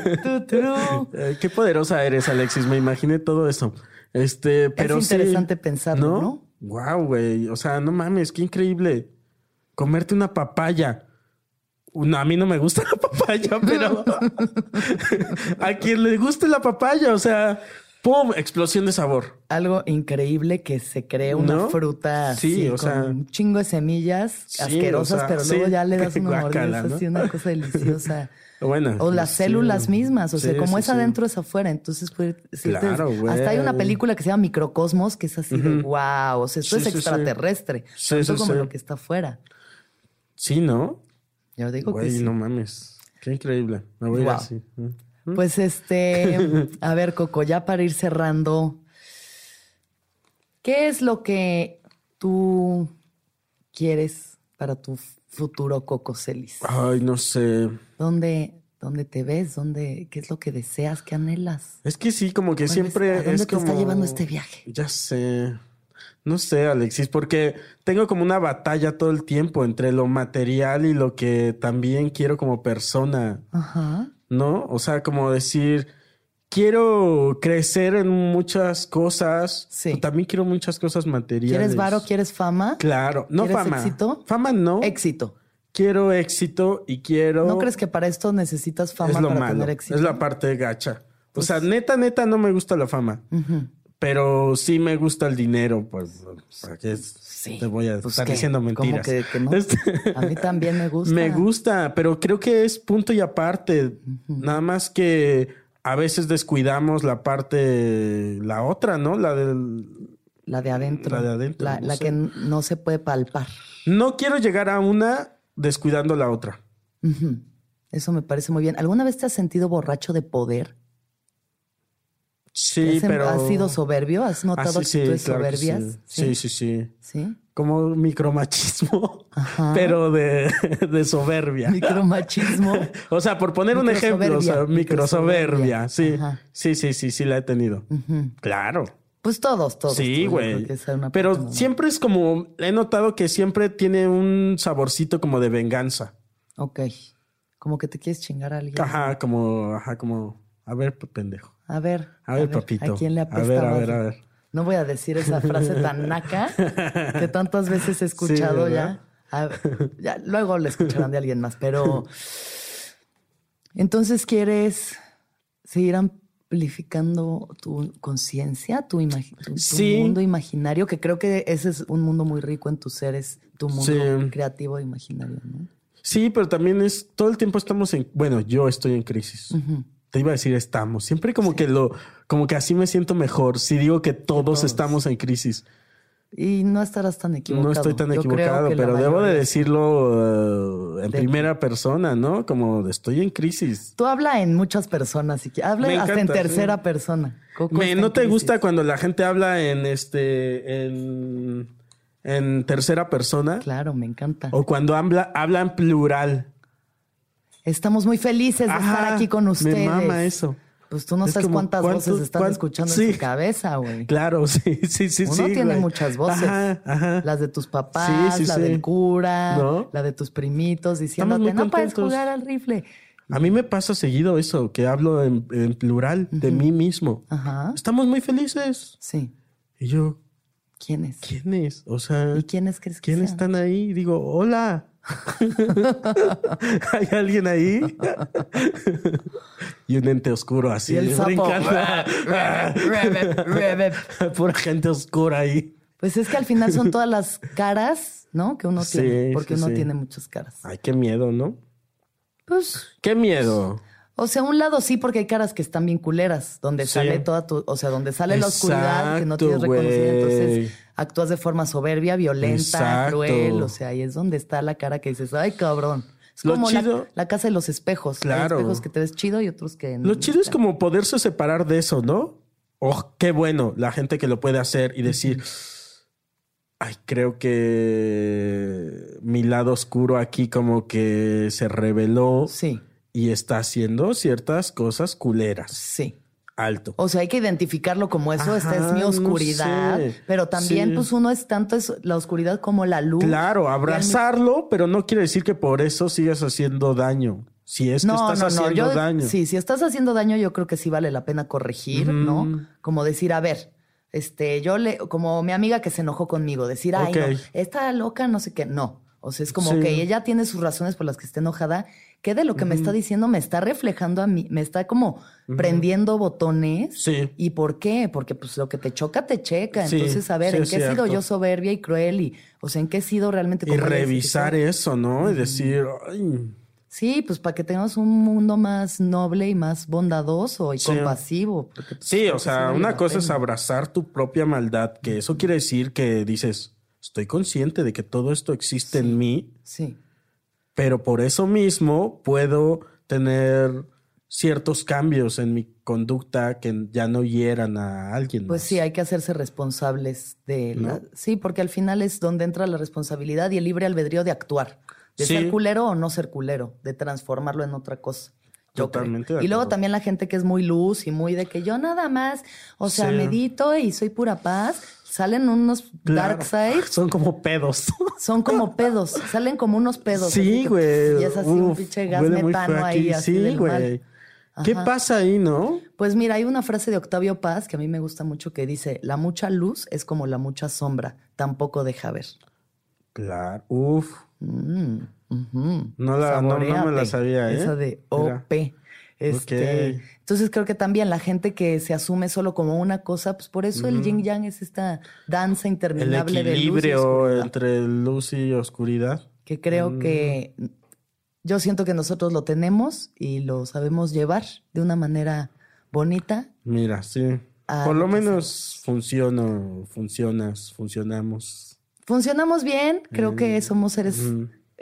Speaker 4: Eh, Qué poderosa eres, Alexis. Me imaginé todo eso. Este, pero sí,
Speaker 3: interesante pensarlo, ¿no?
Speaker 4: Wow, güey. O sea, no mames, qué increíble. Comerte una papaya. No, a mí no me gusta la papaya, pero a quien le guste la papaya, o sea, ¡pum! Explosión de sabor.
Speaker 3: Algo increíble que se cree una
Speaker 4: ¿No?
Speaker 3: fruta
Speaker 4: Sí,
Speaker 3: así,
Speaker 4: o
Speaker 3: con
Speaker 4: sea-
Speaker 3: un chingo de semillas
Speaker 4: Sí,
Speaker 3: asquerosas,
Speaker 4: o sea,
Speaker 3: pero luego
Speaker 4: sí,
Speaker 3: ya le das una mordida,
Speaker 4: guácala,
Speaker 3: es
Speaker 4: ¿no?
Speaker 3: así una cosa deliciosa.
Speaker 4: Bueno,
Speaker 3: O las
Speaker 4: sí.
Speaker 3: células mismas, o sea,
Speaker 4: Sí,
Speaker 3: como
Speaker 4: sí,
Speaker 3: es
Speaker 4: sí.
Speaker 3: adentro es afuera, entonces puede sí,
Speaker 4: Claro,
Speaker 3: entonces,
Speaker 4: güey.
Speaker 3: hasta hay una película que se llama Microcosmos que es así de wow, o sea, esto
Speaker 4: Sí,
Speaker 3: es
Speaker 4: sí, sí.
Speaker 3: extraterrestre,
Speaker 4: Sí,
Speaker 3: tanto
Speaker 4: sí,
Speaker 3: como
Speaker 4: sí.
Speaker 3: lo que está afuera.
Speaker 4: Sí, ¿no?
Speaker 3: Yo digo
Speaker 4: Güey,
Speaker 3: que sí.
Speaker 4: no mames. Qué increíble. Me voy a ir
Speaker 3: Guau.
Speaker 4: así.
Speaker 3: Pues este, a ver, Coco, ya para ir cerrando, ¿qué es lo que tú quieres para tu futuro, Coco Celis?
Speaker 4: Ay, no sé.
Speaker 3: ¿Dónde, dónde te ves? ¿Dónde, ¿Qué es lo que deseas? ¿Qué anhelas?
Speaker 4: Es que sí, como que
Speaker 3: ¿Dónde-
Speaker 4: siempre
Speaker 3: ¿A dónde
Speaker 4: es
Speaker 3: te está
Speaker 4: como-
Speaker 3: llevando este viaje?
Speaker 4: Ya sé. No sé, Alexis, porque tengo como una batalla todo el tiempo entre lo material y lo que también quiero como persona,
Speaker 3: Ajá.
Speaker 4: ¿no? O sea, como decir, quiero crecer en muchas cosas,
Speaker 3: Sí.
Speaker 4: pero también quiero muchas cosas materiales.
Speaker 3: ¿Quieres varo? ¿Quieres fama?
Speaker 4: Claro, no
Speaker 3: ¿Quieres
Speaker 4: fama.
Speaker 3: éxito?
Speaker 4: Fama no.
Speaker 3: Éxito.
Speaker 4: quiero éxito y quiero
Speaker 3: ¿No crees que para esto necesitas fama
Speaker 4: es lo
Speaker 3: para
Speaker 4: malo.
Speaker 3: tener éxito? Pues
Speaker 4: Es la parte gacha. O sea, neta, neta, no me gusta la fama. Pero sí me gusta el dinero, pues, ¿para qué es?
Speaker 3: Sí.
Speaker 4: te voy a
Speaker 3: Pues,
Speaker 4: estar
Speaker 3: ¿qué?
Speaker 4: diciendo
Speaker 3: ¿Cómo
Speaker 4: mentiras?
Speaker 3: que- que no?
Speaker 4: Este-
Speaker 3: A mí también me gusta.
Speaker 4: me gusta, pero creo que es punto y aparte. Nada más que a veces descuidamos la parte, la otra, ¿no? La del...
Speaker 3: La de adentro.
Speaker 4: La de adentro,
Speaker 3: La,
Speaker 4: no
Speaker 3: la
Speaker 4: sé.
Speaker 3: que n- no se puede palpar.
Speaker 4: No quiero llegar a una descuidando la otra.
Speaker 3: Ujú. Eso me parece muy bien. ¿Alguna vez te has sentido borracho de poder?
Speaker 4: Sí,
Speaker 3: ¿Has, em-
Speaker 4: pero...
Speaker 3: ¿Has sido soberbio? ¿Has
Speaker 4: Ah,
Speaker 3: notado
Speaker 4: sí, sí,
Speaker 3: actitudes
Speaker 4: claro que sí.
Speaker 3: soberbias?
Speaker 4: Sí, sí, sí.
Speaker 3: ¿Sí?
Speaker 4: Como micromachismo, pero de, de soberbia.
Speaker 3: Micromachismo.
Speaker 4: o sea, por poner un ejemplo, o sea,
Speaker 3: Microsoberbia.
Speaker 4: microsoberbia. Sí,
Speaker 3: Ajá.
Speaker 4: sí, sí, sí, sí la he tenido. Claro.
Speaker 3: Pues todos, todos. todos.
Speaker 4: Sí,
Speaker 3: Yo
Speaker 4: güey.
Speaker 3: creo que esa es una
Speaker 4: Pero
Speaker 3: parte normal.
Speaker 4: siempre es como, he notado que siempre tiene un saborcito como de venganza.
Speaker 3: Ok. Como que te quieres chingar a alguien.
Speaker 4: Ajá, como, ajá, como, a ver, pendejo.
Speaker 3: A ver.
Speaker 4: A ver, papito.
Speaker 3: ¿A quién le
Speaker 4: A
Speaker 3: apesta
Speaker 4: ver, a
Speaker 3: más?
Speaker 4: ver, a ver.
Speaker 3: No voy a decir esa frase tan naca que tantas veces he escuchado
Speaker 4: ¿verdad?
Speaker 3: ya. A- ya. Luego la escucharán de alguien más, pero. Entonces, ¿quieres seguir amplificando tu conciencia, tu, imagi- tu- tu
Speaker 4: Sí.
Speaker 3: mundo imaginario? Que creo que ese es un mundo muy rico en tus seres, tu mundo
Speaker 4: Sí.
Speaker 3: creativo e imaginario, ¿no?
Speaker 4: Sí, pero también es, todo el tiempo estamos en, bueno, yo estoy en crisis. Te iba a decir estamos. Siempre como que lo, como que así me siento mejor si digo que todos, estamos en crisis.
Speaker 3: Y no estarás tan equivocado.
Speaker 4: No estoy tan
Speaker 3: Yo creo
Speaker 4: equivocado,
Speaker 3: que la
Speaker 4: pero debo de
Speaker 3: mayoría-
Speaker 4: decirlo eh, en
Speaker 3: De-
Speaker 4: primera persona, ¿no? Como de estoy en crisis.
Speaker 3: Tú habla en muchas personas, y que habla
Speaker 4: Me
Speaker 3: hasta
Speaker 4: encanta,
Speaker 3: en tercera
Speaker 4: sí.
Speaker 3: persona. Coco
Speaker 4: Me-
Speaker 3: está en
Speaker 4: ¿No te
Speaker 3: crisis.
Speaker 4: gusta cuando la gente habla en este, en, en tercera persona?
Speaker 3: Claro, me encanta.
Speaker 4: O cuando habla, habla en plural.
Speaker 3: Estamos muy felices de estar
Speaker 4: Ajá,
Speaker 3: aquí con ustedes.
Speaker 4: Me mama eso.
Speaker 3: Pues tú no
Speaker 4: Es
Speaker 3: sabes
Speaker 4: como,
Speaker 3: cuántas
Speaker 4: ¿cuánto-
Speaker 3: voces están
Speaker 4: cuán-
Speaker 3: escuchando
Speaker 4: Sí.
Speaker 3: en tu cabeza, güey.
Speaker 4: Claro, sí, sí, sí.
Speaker 3: Uno
Speaker 4: sí,
Speaker 3: tiene
Speaker 4: güey.
Speaker 3: muchas voces.
Speaker 4: Ajá, ajá.
Speaker 3: Las de tus papás,
Speaker 4: Sí, sí,
Speaker 3: la
Speaker 4: sí.
Speaker 3: del cura,
Speaker 4: ¿No?
Speaker 3: la de tus primitos
Speaker 4: muy
Speaker 3: diciéndote, no puedes
Speaker 4: contentos".
Speaker 3: jugar al rifle.
Speaker 4: A mí me pasa seguido eso, que hablo en, en plural de mí mismo.
Speaker 3: Ajá.
Speaker 4: Estamos muy felices.
Speaker 3: Sí.
Speaker 4: Y yo,
Speaker 3: ¿Quiénes?
Speaker 4: ¿quiénes? O sea,
Speaker 3: ¿Y quiénes crees que
Speaker 4: ¿quiénes
Speaker 3: sean?
Speaker 4: están ahí? Y Digo, hola. ¿Hay alguien ahí? y un ente oscuro así.
Speaker 3: Y el sapo. Rebe,
Speaker 4: brincando.
Speaker 3: rebe.
Speaker 4: Pura gente oscura ahí.
Speaker 3: Pues es que al final son todas las caras, ¿no? Que uno
Speaker 4: Sí,
Speaker 3: tiene, porque
Speaker 4: sí,
Speaker 3: uno
Speaker 4: sí.
Speaker 3: tiene muchas caras.
Speaker 4: Ay, qué miedo, ¿no?
Speaker 3: Pues
Speaker 4: Qué miedo.
Speaker 3: O sea, un lado sí, porque hay caras que están bien culeras, donde
Speaker 4: Sí.
Speaker 3: sale toda tu, o sea, donde sale la oscuridad que no
Speaker 4: Exacto,
Speaker 3: tienes reconocida. Entonces
Speaker 4: güey.
Speaker 3: actúas de forma soberbia, violenta,
Speaker 4: Exacto.
Speaker 3: cruel. O sea, ahí es donde está la cara que dices, ay, cabrón. Es
Speaker 4: Lo
Speaker 3: como la-
Speaker 4: chido-
Speaker 3: la, casa de los espejos.
Speaker 4: Claro.
Speaker 3: Hay espejos que te ves chido y otros que no.
Speaker 4: Lo chido es como poderse separar de eso, ¿no? Oh, qué bueno la gente que lo puede hacer y decir, ay, creo que mi lado oscuro aquí como que se reveló
Speaker 3: Sí,
Speaker 4: y está haciendo ciertas cosas culeras.
Speaker 3: sí.
Speaker 4: Alto.
Speaker 3: O sea, hay que identificarlo como eso, esta
Speaker 4: Ajá,
Speaker 3: es mi
Speaker 4: no
Speaker 3: oscuridad.
Speaker 4: sé.
Speaker 3: Pero también,
Speaker 4: Sí.
Speaker 3: pues uno es tanto es la oscuridad como la luz.
Speaker 4: Claro,
Speaker 3: abrazar.
Speaker 4: abrazarlo, pero no quiere decir que por eso sigas haciendo daño. Si es que estás haciendo
Speaker 3: yo-
Speaker 4: daño.
Speaker 3: Sí, si estás haciendo daño, yo creo que sí vale la pena corregir, ¿no? Como decir, a ver, este, yo le, como mi amiga que se enojó conmigo, decir, ay,
Speaker 4: Ok.
Speaker 3: no, esta loca, no sé qué, no. O sea, es como
Speaker 4: Sí.
Speaker 3: que ella tiene sus razones por las que está enojada, que de lo que me está diciendo me está reflejando a mí, me está como prendiendo botones.
Speaker 4: Sí.
Speaker 3: ¿Y por qué? Porque pues lo que te choca, te checa.
Speaker 4: Sí,
Speaker 3: Entonces, a ver,
Speaker 4: sí,
Speaker 3: ¿en
Speaker 4: es
Speaker 3: qué he sido
Speaker 4: cierto.
Speaker 3: yo soberbia y cruel? Y, o sea, ¿en qué he sido realmente
Speaker 4: Y
Speaker 3: como ella dice que
Speaker 4: revisar
Speaker 3: soy?
Speaker 4: eso, ¿no? Y decir, ay,
Speaker 3: Sí, pues para que tengamos un mundo más noble y más bondadoso y
Speaker 4: Sí.
Speaker 3: compasivo. porque, pues,
Speaker 4: Sí,
Speaker 3: creo
Speaker 4: o
Speaker 3: que
Speaker 4: sea,
Speaker 3: vale
Speaker 4: una
Speaker 3: la
Speaker 4: cosa es
Speaker 3: pena.
Speaker 4: abrazar tu propia maldad, que eso quiere decir que dices, estoy consciente de que todo esto existe en mí,
Speaker 3: Sí,
Speaker 4: pero por eso mismo puedo tener ciertos cambios en mi conducta que ya no hieran a alguien.
Speaker 3: pues
Speaker 4: más.
Speaker 3: sí, hay que hacerse responsables de la... Sí, porque al final es donde entra la responsabilidad y el libre albedrío de actuar. De
Speaker 4: Sí.
Speaker 3: ser culero o no ser culero, de transformarlo en otra cosa. Yo creo.
Speaker 4: Totalmente de
Speaker 3: Y luego
Speaker 4: acuerdo.
Speaker 3: también la gente que es muy luz y muy de que yo nada más, o sea,
Speaker 4: Sí.
Speaker 3: medito y soy pura paz, salen unos
Speaker 4: Claro,
Speaker 3: dark sides
Speaker 4: Son como pedos.
Speaker 3: Son como pedos, salen como unos pedos. así
Speaker 4: sí,
Speaker 3: que,
Speaker 4: güey.
Speaker 3: Y es así un
Speaker 4: Uf,
Speaker 3: pinche gas
Speaker 4: huele muy
Speaker 3: metano
Speaker 4: feo
Speaker 3: ahí,
Speaker 4: aquí.
Speaker 3: así
Speaker 4: Sí,
Speaker 3: del mal.
Speaker 4: güey. ¿Qué
Speaker 3: Ajá.
Speaker 4: pasa ahí, no?
Speaker 3: Pues mira, hay una frase de Octavio Paz que a mí me gusta mucho que dice, la mucha luz es como la mucha sombra, tampoco deja ver.
Speaker 4: Claro. Uf.
Speaker 3: Mm, Ujú.
Speaker 4: No la- no- no me la
Speaker 3: Saboréate.
Speaker 4: sabía, ¿eh?
Speaker 3: Esa de oh,
Speaker 4: Mira.
Speaker 3: OP. Este,
Speaker 4: Ok.
Speaker 3: Entonces creo que también la gente que se asume solo como una cosa, pues por eso el yin yang es esta danza
Speaker 4: El
Speaker 3: interminable de luz y
Speaker 4: equilibrio
Speaker 3: oscuridad.
Speaker 4: entre luz y oscuridad.
Speaker 3: que creo
Speaker 4: Mm.
Speaker 3: que yo siento que nosotros lo tenemos y lo sabemos llevar de una manera bonita.
Speaker 4: Mira, sí.
Speaker 3: Ah,
Speaker 4: Por lo
Speaker 3: no te
Speaker 4: menos funciona, funcionas, funcionamos.
Speaker 3: Funcionamos bien, creo que
Speaker 4: Mm.
Speaker 3: somos seres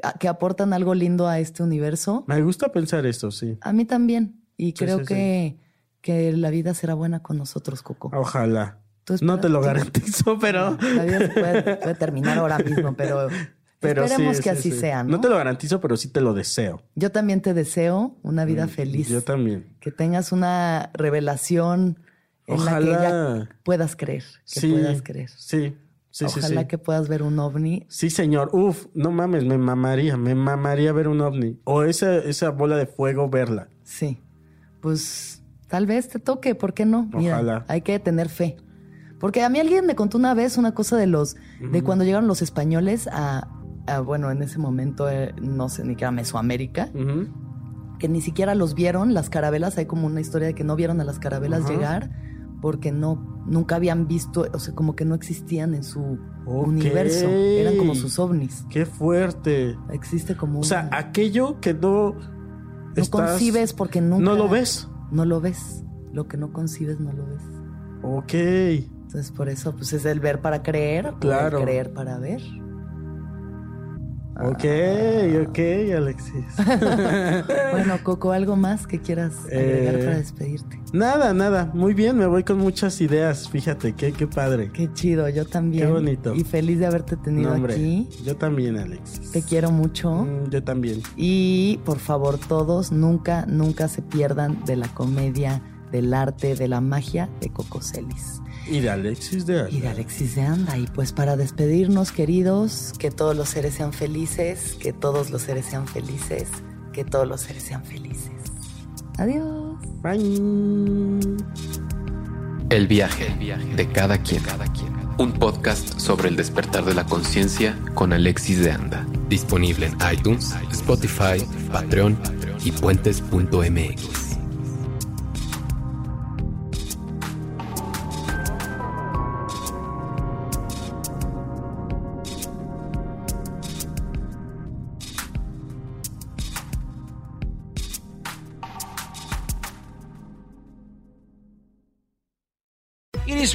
Speaker 3: a- que aportan algo lindo a este universo.
Speaker 4: Me gusta pensar esto, sí.
Speaker 3: A mí también. Y creo
Speaker 4: sí, Ah. sí.
Speaker 3: que, que la vida será buena con nosotros, Coco.
Speaker 4: Ojalá.
Speaker 3: Tú espera-
Speaker 4: No te lo
Speaker 3: tú-
Speaker 4: garantizo, pero...
Speaker 3: La vida se puede, puede terminar ahora mismo, pero,
Speaker 4: pero sí,
Speaker 3: esperemos que
Speaker 4: sí,
Speaker 3: así
Speaker 4: sí.
Speaker 3: sea, ¿no?
Speaker 4: No te lo garantizo, pero sí te lo deseo.
Speaker 3: Yo también te deseo una vida feliz.
Speaker 4: Mm, Yo también.
Speaker 3: Que tengas una revelación en la que
Speaker 4: Ojalá.
Speaker 3: ya puedas creer. Que
Speaker 4: sí.
Speaker 3: puedas creer.
Speaker 4: Sí, sí, sí,
Speaker 3: Ojalá
Speaker 4: sí.
Speaker 3: que puedas ver un ovni.
Speaker 4: Sí, señor. Uf, no mames, me mamaría, me mamaría ver un ovni. O esa, esa bola de fuego verla.
Speaker 3: Sí. Pues tal vez te toque, ¿por qué no?
Speaker 4: Ojalá.
Speaker 3: hay que tener fe. Porque a mí alguien me contó una vez una cosa de los de cuando llegaron los españoles a, a, bueno, en ese momento eh, no sé ni qué era Mesoamérica,
Speaker 4: Ujú.
Speaker 3: que ni siquiera los vieron las carabelas, hay como una historia de que no vieron a las carabelas llegar porque no nunca habían visto, o sea, como que no existían en su
Speaker 4: Ok.
Speaker 3: universo, eran como sus ovnis.
Speaker 4: Qué fuerte.
Speaker 3: Existe como
Speaker 4: O sea,
Speaker 3: un-
Speaker 4: aquello que no,
Speaker 3: Mm. no
Speaker 4: estás-
Speaker 3: concibes porque nunca
Speaker 4: no lo ves.
Speaker 3: No lo ves. Lo que no concibes no lo ves.
Speaker 4: Ok.
Speaker 3: Entonces por eso pues es el ver para creer, claro.
Speaker 4: Claro.
Speaker 3: el creer para ver. Ah.
Speaker 4: Ok, ok, Alexis.
Speaker 3: Bueno, Coco, algo más que quieras agregar
Speaker 4: Eh.
Speaker 3: para despedirte.
Speaker 4: nada, nada. Muy bien, me voy con muchas ideas. Fíjate, qué, qué padre.
Speaker 3: Qué chido, yo también.
Speaker 4: Qué bonito.
Speaker 3: Y feliz de haberte tenido
Speaker 4: No, hombre.
Speaker 3: aquí.
Speaker 4: Yo también, Alexis.
Speaker 3: Te quiero mucho.
Speaker 4: Mm, Yo también.
Speaker 3: Y por favor, todos nunca, nunca se pierdan de la comedia, del arte, de la magia de Coco Celis.
Speaker 4: Y de Alexis de
Speaker 3: Y de Alexis de Anda. Y pues para despedirnos, queridos, que todos los seres sean felices, que todos los seres sean felices, que todos los seres sean felices. Adiós.
Speaker 4: Bye.
Speaker 1: El viaje de cada quien. Un podcast sobre el despertar de la conciencia con Alexis de Anda.
Speaker 2: Disponible en iTunes, Spotify, Patreon y puentes.mx.
Speaker 6: It is